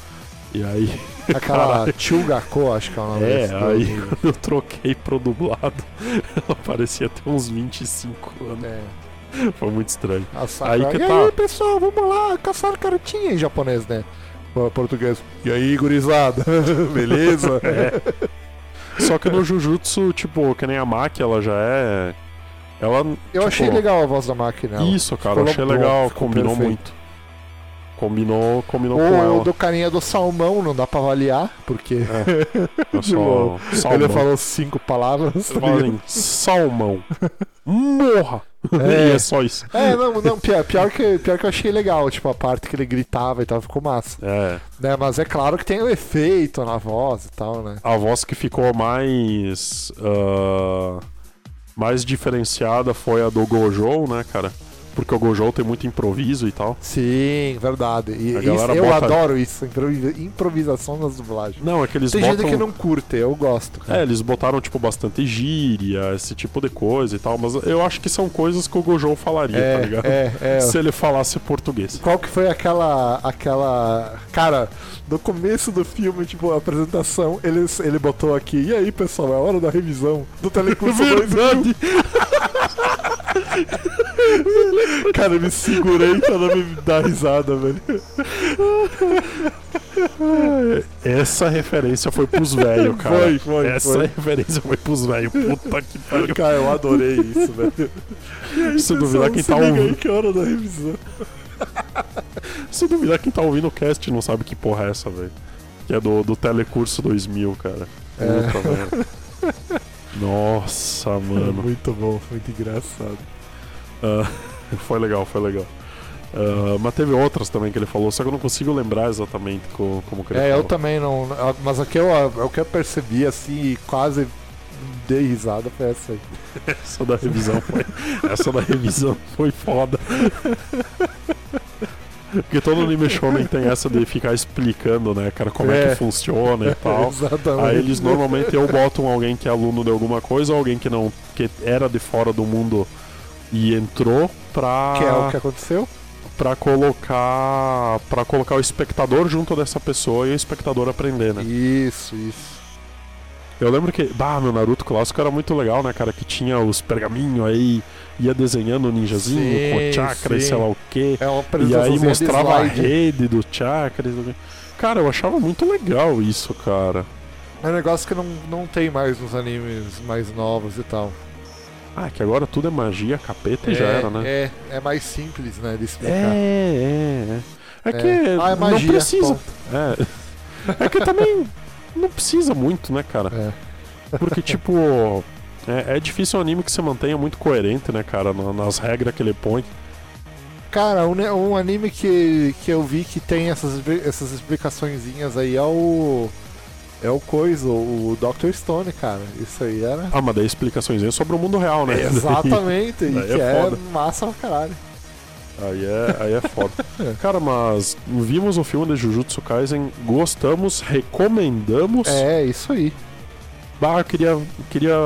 E aí, Aquela Caralho. Chugako, acho que é o nome É, desse do aí- anime. quando *laughs* eu troquei pro dublado, *laughs* ela parecia ter uns 25 anos. É, Foi muito estranho. a Sakura- Aí que e tá. aí, pessoal, vamos lá caçar cartinha em japonês, né? Pô, Português. E aí, gurizada? *laughs* *laughs* Beleza? Tipo, É. Só que no Jujutsu, tipo, que nem a Maki, ela já é. Ela. Eu achei tipo, legal a voz da máquina. Isso, cara, eu achei Ficou bom, legal, ficou combinou perfeito. muito. Combinou, combinou com O ela. do carinha do salmão não dá pra avaliar, porque Eu só... *laughs* ele Salmão. falou cinco palavras. Eles *laughs* falam assim, salmão. Morra! É. e é só isso. É, não, não, pior, pior, que, pior que eu achei legal, tipo, a parte que ele gritava e tal, ficou massa. É. Né? Mas é claro que tem o efeito na voz e tal, né? A voz que ficou mais. ah, mais diferenciada foi a do Gojo, né, cara? Porque o Gojo tem muito improviso e tal. Sim, verdade. E A galera isso- eu bota- adoro isso, improvi- improvisação nas dublagens. Não, é que eles Tem botam. gente que não curte, eu gosto. É, Cara. eles botaram, tipo, bastante gíria, esse tipo de coisa e tal, mas eu acho que são coisas que o Gojo falaria, tá ligado? é, é. Se ele falasse português. Qual que foi aquela. aquela. Cara, no começo do filme, tipo, a apresentação, ele, ele botou aqui, e aí pessoal, é hora da revisão *laughs* do telecurso dois mil." *laughs* Cara, eu me segurei pra não me dar risada, velho. É, Essa referência foi pros *laughs* velhos, cara. Foi, foi, Essa foi. referência foi pros velhos. Puta *laughs* que pariu. Cara, eu adorei isso, velho. Se duvidar, quem Se tá liga ouvindo, aí que é hora da revisão. se duvidar quem tá ouvindo o cast não sabe que porra é essa, velho. Que é do, do Telecurso 2000, cara. É. Puta merda. Nossa, mano. Muito bom, muito engraçado. Ah, *laughs* foi legal, foi legal. Ah, mas teve outras também que ele falou, só que eu não consigo lembrar exatamente co- como que ele É, eu falou. também não. Mas o que eu, ah, o que eu percebi assim e quase dei risada foi essa aí. *laughs* Essa da revisão foi. Essa da revisão foi foda. Porque todo anime shonen tem essa de ficar explicando, né, cara, como é, É. que funciona e tal. Exatamente. Aí eles *laughs* normalmente eu botam alguém que é aluno de alguma coisa, alguém que não que era de fora do mundo e entrou pra Que é o que aconteceu? pra colocar para colocar o espectador junto dessa pessoa e o espectador aprender, né? Isso, isso. Eu lembro que, bah, meu Naruto clássico era muito legal, né, cara? Que tinha os pergaminhos aí, ia desenhando o ninjazinho Sim, com o chakra e sim. sei lá o quê. É uma E apresentação aí de mostrava a slide. rede do chakra. e tudo. Cara, eu achava muito legal isso, cara. É um negócio que não, não tem mais nos animes mais novos e tal. Ah, que agora tudo é magia, capeta e já é, era, né? É, é mais simples, né, de É, explicar. é, é. É que É. Ah, é não magia, precisa. ponto. É. é que também não precisa muito, né, cara? É. Porque, tipo, é, é difícil um anime que se mantenha muito coerente, né, cara, na- nas regras que ele põe. Cara, um, ne- um anime que, que eu vi que tem essas, expli- essas explicaçõezinhas aí é o. É o coisa, o Dr. Stone, cara. Isso *laughs* aí era. Ah, mas daí explicações aí sobre o mundo real, né? Exatamente, e Daí é que é, foda. massa pra caralho. *laughs* Aí é, aí é foda. Cara, mas vimos o filme de Jujutsu Kaisen, gostamos, recomendamos. É, isso aí. Bah, eu queria, queria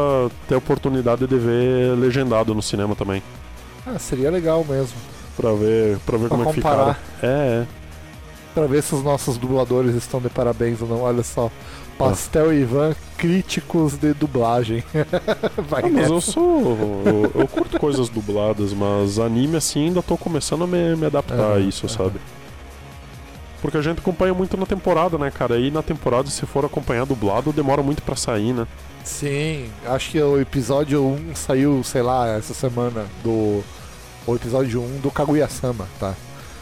ter a oportunidade de ver legendado no cinema também. Ah, seria legal mesmo. Pra ver, pra ver Pra como comparar. é que ficaram. É, é. Pra ver se os nossos dubladores estão de parabéns ou não. Olha só. Pastel Ah. e Ivan, críticos de dublagem. *laughs* Vai Ah, mas nessa. eu sou. Eu, eu curto coisas dubladas, mas anime assim ainda tô começando a me, me adaptar Aham, a isso, aham. sabe? Porque a gente acompanha muito na temporada, né, cara? E na temporada, se for acompanhar dublado, demora muito pra sair, né? Sim, acho que o episódio 1 saiu, sei lá, essa semana do. O episódio 1 do Kaguya-sama, tá?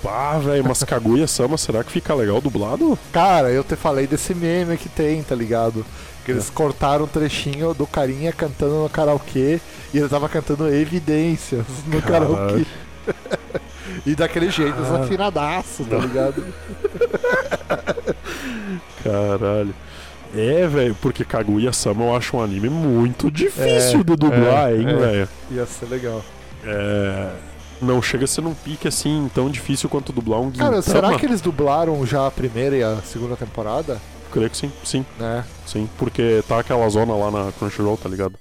Pá, velho, mas Kaguya Sama, será que fica legal dublado? Cara, eu te falei desse meme que tem, tá ligado? Que eles cortaram um trechinho do carinha cantando no karaokê e ele tava cantando evidências no Caralho. *laughs* karaokê. e daquele jeito, desafinadaço, tá ligado? Caralho. É, velho, porque Kaguya Sama eu acho um anime muito difícil de dublar, é, hein, é. velho? Ia ser legal. É. Não chega a ser num pique assim tão difícil quanto dublar um Gintama. Cara, será que eles dublaram já a primeira e a segunda temporada? Creio que sim, sim. Né? Sim, porque tá aquela zona lá na Crunchyroll, tá ligado?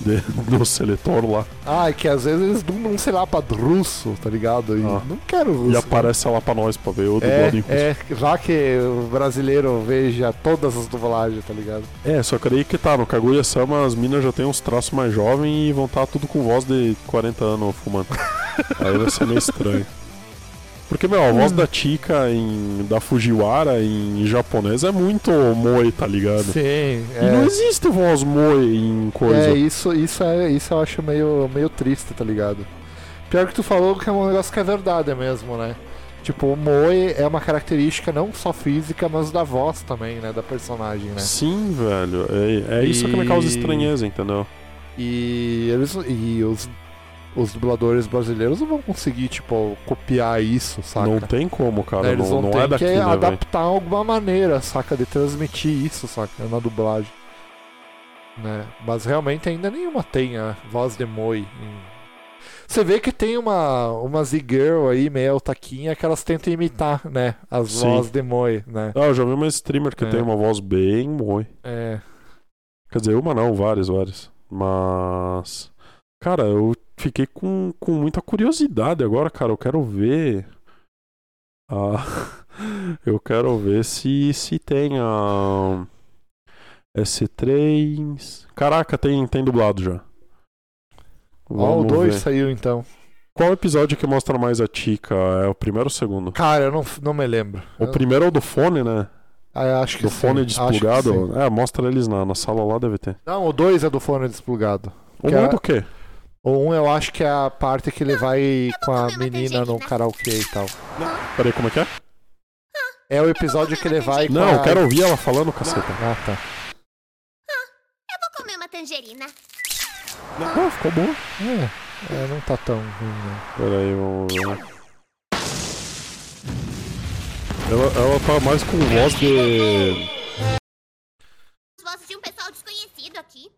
De- *laughs* do seletor lá. Ah, é que às vezes eles dublam, sei lá, pra russo, tá ligado? E Ah. Não quero russo. né? E aparece lá pra nós pra ver o dublado em russo. É, é, já que o brasileiro veja todas as dublagens, tá ligado? É, só que daí que tá, no Kaguya-sama as minas já tem uns traços mais jovens e vão estar tudo com voz de 40 anos *laughs* fumando. Aí vai ser meio estranho. Porque, meu, a Hum. voz da Chica em, da Fujiwara em japonês é muito moe, tá ligado? Sim, E não é. existe voz moe em coisa. É, isso, isso, é, isso eu acho meio, meio triste, tá ligado? Pior que tu falou que é um negócio que é verdade mesmo, né? Tipo, o Moe é uma característica não só física, mas da voz também, né? Da personagem, né? Sim, velho. É, é isso que me causa E- estranheza, entendeu? E eles e os, os dubladores brasileiros não vão conseguir, tipo, copiar isso, saca? Não tem como, cara. Né, eles não vão não ter é daqui, que né, velho? adaptar alguma maneira, saca? De transmitir isso, saca? Na dublagem. Né? Mas realmente ainda nenhuma tem a voz de Moi. em- Você vê que tem uma, uma Z-Girl aí, meio taquinha, que elas tentam imitar, né? As Sim. vozes de Moi, né? Ah, eu já vi uma streamer que É. tem uma voz bem moi. É. Quer dizer, uma não, várias, várias. Mas. Cara, eu fiquei com, com muita curiosidade agora, cara. Eu quero ver. a- *laughs* eu quero ver se, se tem a. S3. Caraca, tem, tem dublado já. Ó, o Vamos 2 ver. saiu então. Qual episódio que mostra mais a Tica? É o primeiro ou o segundo? Cara, eu não, não me lembro. O Eu- primeiro é o do fone, né? Ah, acho que Do sim, fone acho que sim. desplugado. É, mostra eles na, na sala lá, deve ter. Não, o 2 é do fone desplugado. O Que um é- é do quê? O 1 um, eu acho que é a parte que ele vai com comer a uma menina no tangerina. karaokê e tal. Peraí, como é que é? É o episódio que ele vai Não, com a... eu quero ouvir ela falando, caceta. Ah, tá. Eu vou comer uma tangerina. Ah, ficou bom. É, é, não tá tão ruim, não. Peraí, vamos ver. né? Ela, ela tá mais com voz de. As vozes de um pessoal desconhecido aqui.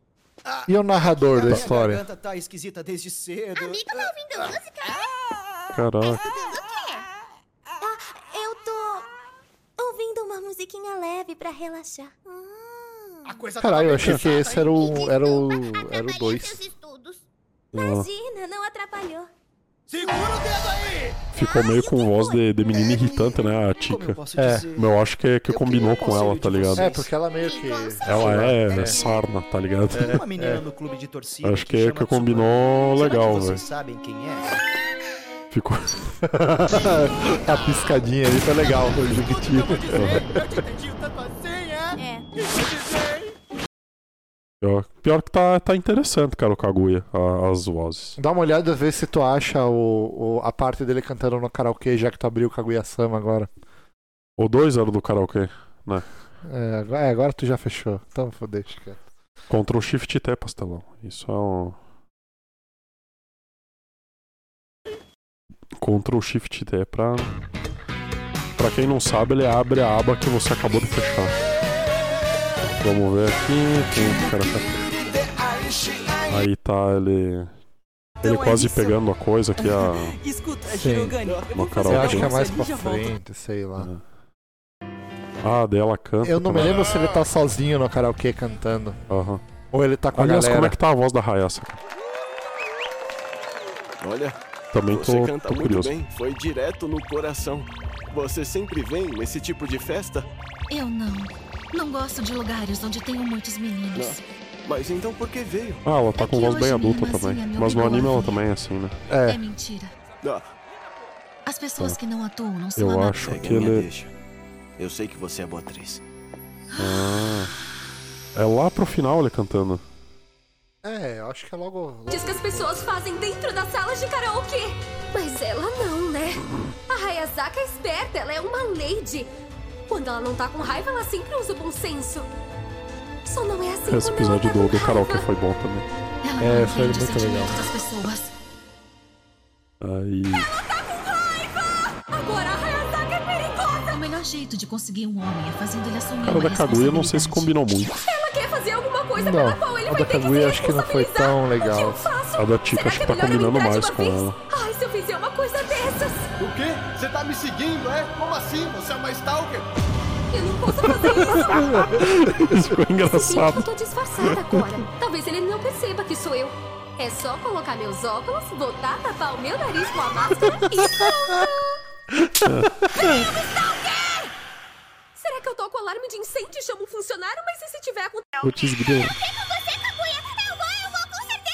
E o narrador da Minha história? garganta tá esquisita desde cedo. Amigo, tá ouvindo música? Caraca. O quê? Eu tô ouvindo uma musiquinha leve pra relaxar. A coisa tá Caralho, eu bem achei que pesada, esse hein? era o... Era o... Desculpa, Era o atrapalhei 2. seus estudos. Ela Imagina, não atrapalhou. Segura o dedo aí! ficou meio com voz de, de menina irritante, né? A Como eu Tica. posso É. dizer? Mas Eu acho que, que Eu combinou queria com ela, tá conselho de ligado? você. É, porque ela meio que... Ela é É. sarna, tá ligado? Uma menina no clube de torcida. Acho que é chama que Tsubame. combinou Será que legal, Vocês velho. sabem quem é? Ficou. *laughs* a piscadinha ali foi legal. Foi tipo, divertido. é. Eu te entendi tanto assim, é? É. Pior, pior que tá, tá interessante, cara, o Kaguya, a- as vozes. Dá uma olhada, vê se tu acha o, o- a parte dele cantando no karaokê, já que tu abriu o Kaguya-sama agora. O 2 era do karaokê. É, agora, é, agora tu já fechou. Então, fô- deixa quieto. Ctrl Shift T, pastelão. Isso é um. Ctrl Shift T é pra. Pra quem não sabe, ele abre a aba que você acabou de fechar. Vamos ver aqui. Tem um cara- Aí tá ele. Ele Então é quase isso. pegando a coisa aqui, a. Escuta, Sim. Shirogane, eu Uma vou fazer karaokê. Eu uma acho que é coisa mais ali pra e já volto. frente, sei lá. Ah, dela canta. Tá. Eu não me também. lembro se ele tá sozinho no karaokê cantando. Aham. Ou ele tá com a Aliás, galera. como é que tá a voz da Hayasa? cara? Olha, Também você tô, canta tô muito curioso. bem, foi direto no coração. Você sempre vem nesse tipo de festa? Eu não. Não gosto de lugares onde tenho muitos meninos. Mas então por que veio? Ah, ela tá É com que voz bem hoje minha adulta irmãzinha também. me Mas no obrigou a anime ela vir. também é assim, né? É É, mentira. Ah, As pessoas que não atuam não são Eu amadas. É acho pega que minha ele. deixa. Eu sei que você é boa atriz. Ah. É lá pro final ele cantando. é, eu acho que é logo. logo Diz que as pessoas fazem dentro das salas de karaokê. Mas ela não, né? A Hayazaka é esperta, ela é uma lady. Quando ela não tá com raiva, ela sempre usa o bom senso. Só não é assim Esse quando ela tá episódio do, com do karaokê raiva. foi bom também. Ela É, não foi entende os muito legal. sentimentos das tipo pessoas. Aí. Agora a Hayazaka é perigosa. O melhor jeito de conseguir um homem é fazendo ele assumir O cara uma da Kaguya eu não sei se responsabilidade. combinou muito. Ela quer fazer alguma coisa Não, pela qual ele a da vai ter que se Kaguya acho que não foi responsabilizar. tão legal. O que eu faço? A da Chica Será acho que é tá melhor eu combinando entrar de mais uma com vez? ela. Ai, se eu fizer uma coisa dessas, O quê? Você tá me seguindo, é? Como assim? Você é uma stalker? eu não posso fazer *laughs* isso. Isso ficou Finge que eu engraçado. tô disfarçada agora. Talvez ele não perceba que sou eu. É só colocar meus óculos, botar, tapar o meu nariz com a máscara e... Será que eu toco o alarme de incêndio e chamo um funcionário? Mas e se tiver com... Putz, grilo.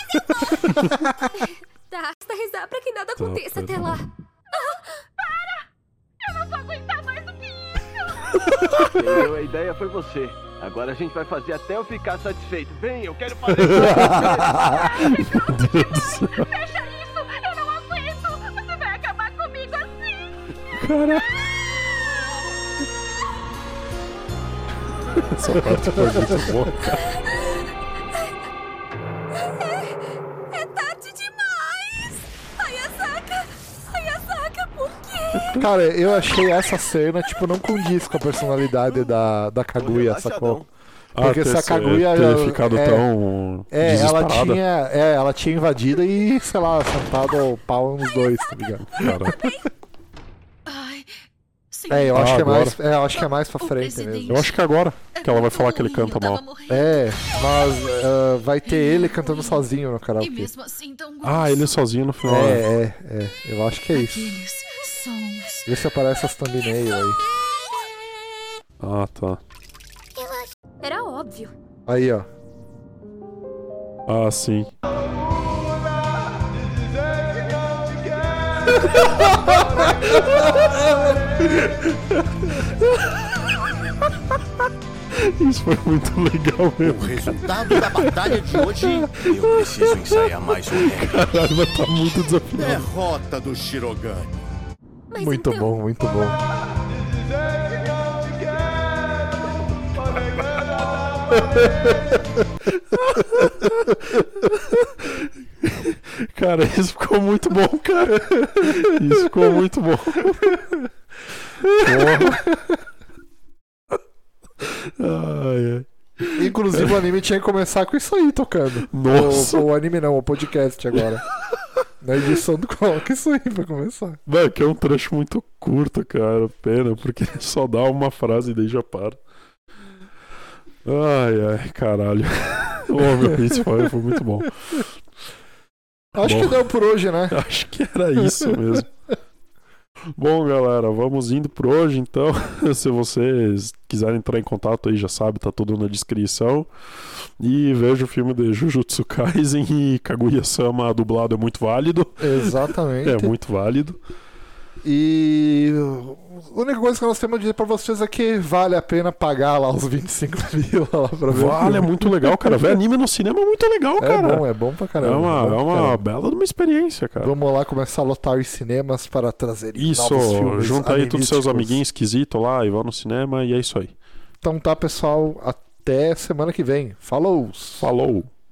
*laughs* Tá, basta rezar pra que nada aconteça Tá, até tá. lá. Ah! Entendeu? A ideia foi você. Agora a gente vai fazer até eu ficar satisfeito. Vem, eu quero fazer. *laughs* cara. Essa parte foi muito boa. *laughs* É tarde demais! Ayazaka! Ayazaka, por *laughs* quê? Cara, eu achei essa cena, tipo, não condiz com a personalidade da, da Kaguya, relaxadão. sacou? Ah, Porque se a Kaguya- ter ficado é- tão É, ela desesperada. tinha, é, ela tinha invadido e, sei lá, sentado ao pau nos dois, tá ligado? Cara, Ai, sim. É, eu Ah, acho que é agora. mais, é, eu acho que é mais pra O frente presidente. mesmo. eu acho que agora que ela vai falar que ele canta mal. É, mas ah, vai ter ele cantando sozinho no E karaokê. mesmo assim, tão gostoso. é Ah, ele sozinho no final. né? É, é, é, eu acho que é isso. Aqueles sons. Vê se aparece as thumbnail aí. Ah, tá. Era óbvio. Aí, ó. Ah, sim. Isso foi muito legal mesmo. Resultado da batalha de hoje, eu preciso ensaiar mais um tempo. Caralho, mas tá muito desafinado. Derrota do Shirogane. Mas Muito então, bom, muito bom. Cara, isso ficou muito bom, cara. Isso ficou muito bom. Porra. Ai, ai. Inclusive o anime tinha que começar com isso aí tocando. Nossa. O, o anime não, o podcast *laughs* agora. Na edição do coloca isso aí pra começar. Mano, que é um trecho muito curto, cara. Pena, porque *laughs* só dá uma frase e daí já para. Ai, ai, caralho. *laughs* Ô, meu, isso foi, foi muito *laughs* bom. Acho Bom. que deu por hoje, *laughs* né? Acho que era isso mesmo. Bom, galera, vamos indo por hoje, então. *laughs* Se vocês quiserem entrar em contato aí, já sabe, tá tudo na descrição. E veja o filme de Jujutsu Kaisen e Kaguya-sama dublado é muito válido. Exatamente. É muito válido. E a única coisa que nós temos a dizer pra vocês é que vale a pena pagar lá os 25 *laughs* mil lá pra ver. o Vale, é filme. muito legal, cara. Ver anime no cinema é muito legal, É cara. bom, é bom pra É caramba. uma, é bom pra uma caramba. bela de uma experiência, cara. Vamos lá começar a lotar os cinemas para trazer Isso, novos filmes junta aí todos os seus animísticos. amiguinhos esquisitos lá e vá no cinema e é isso aí. Então tá, pessoal. Até semana que vem. Falou! Falou!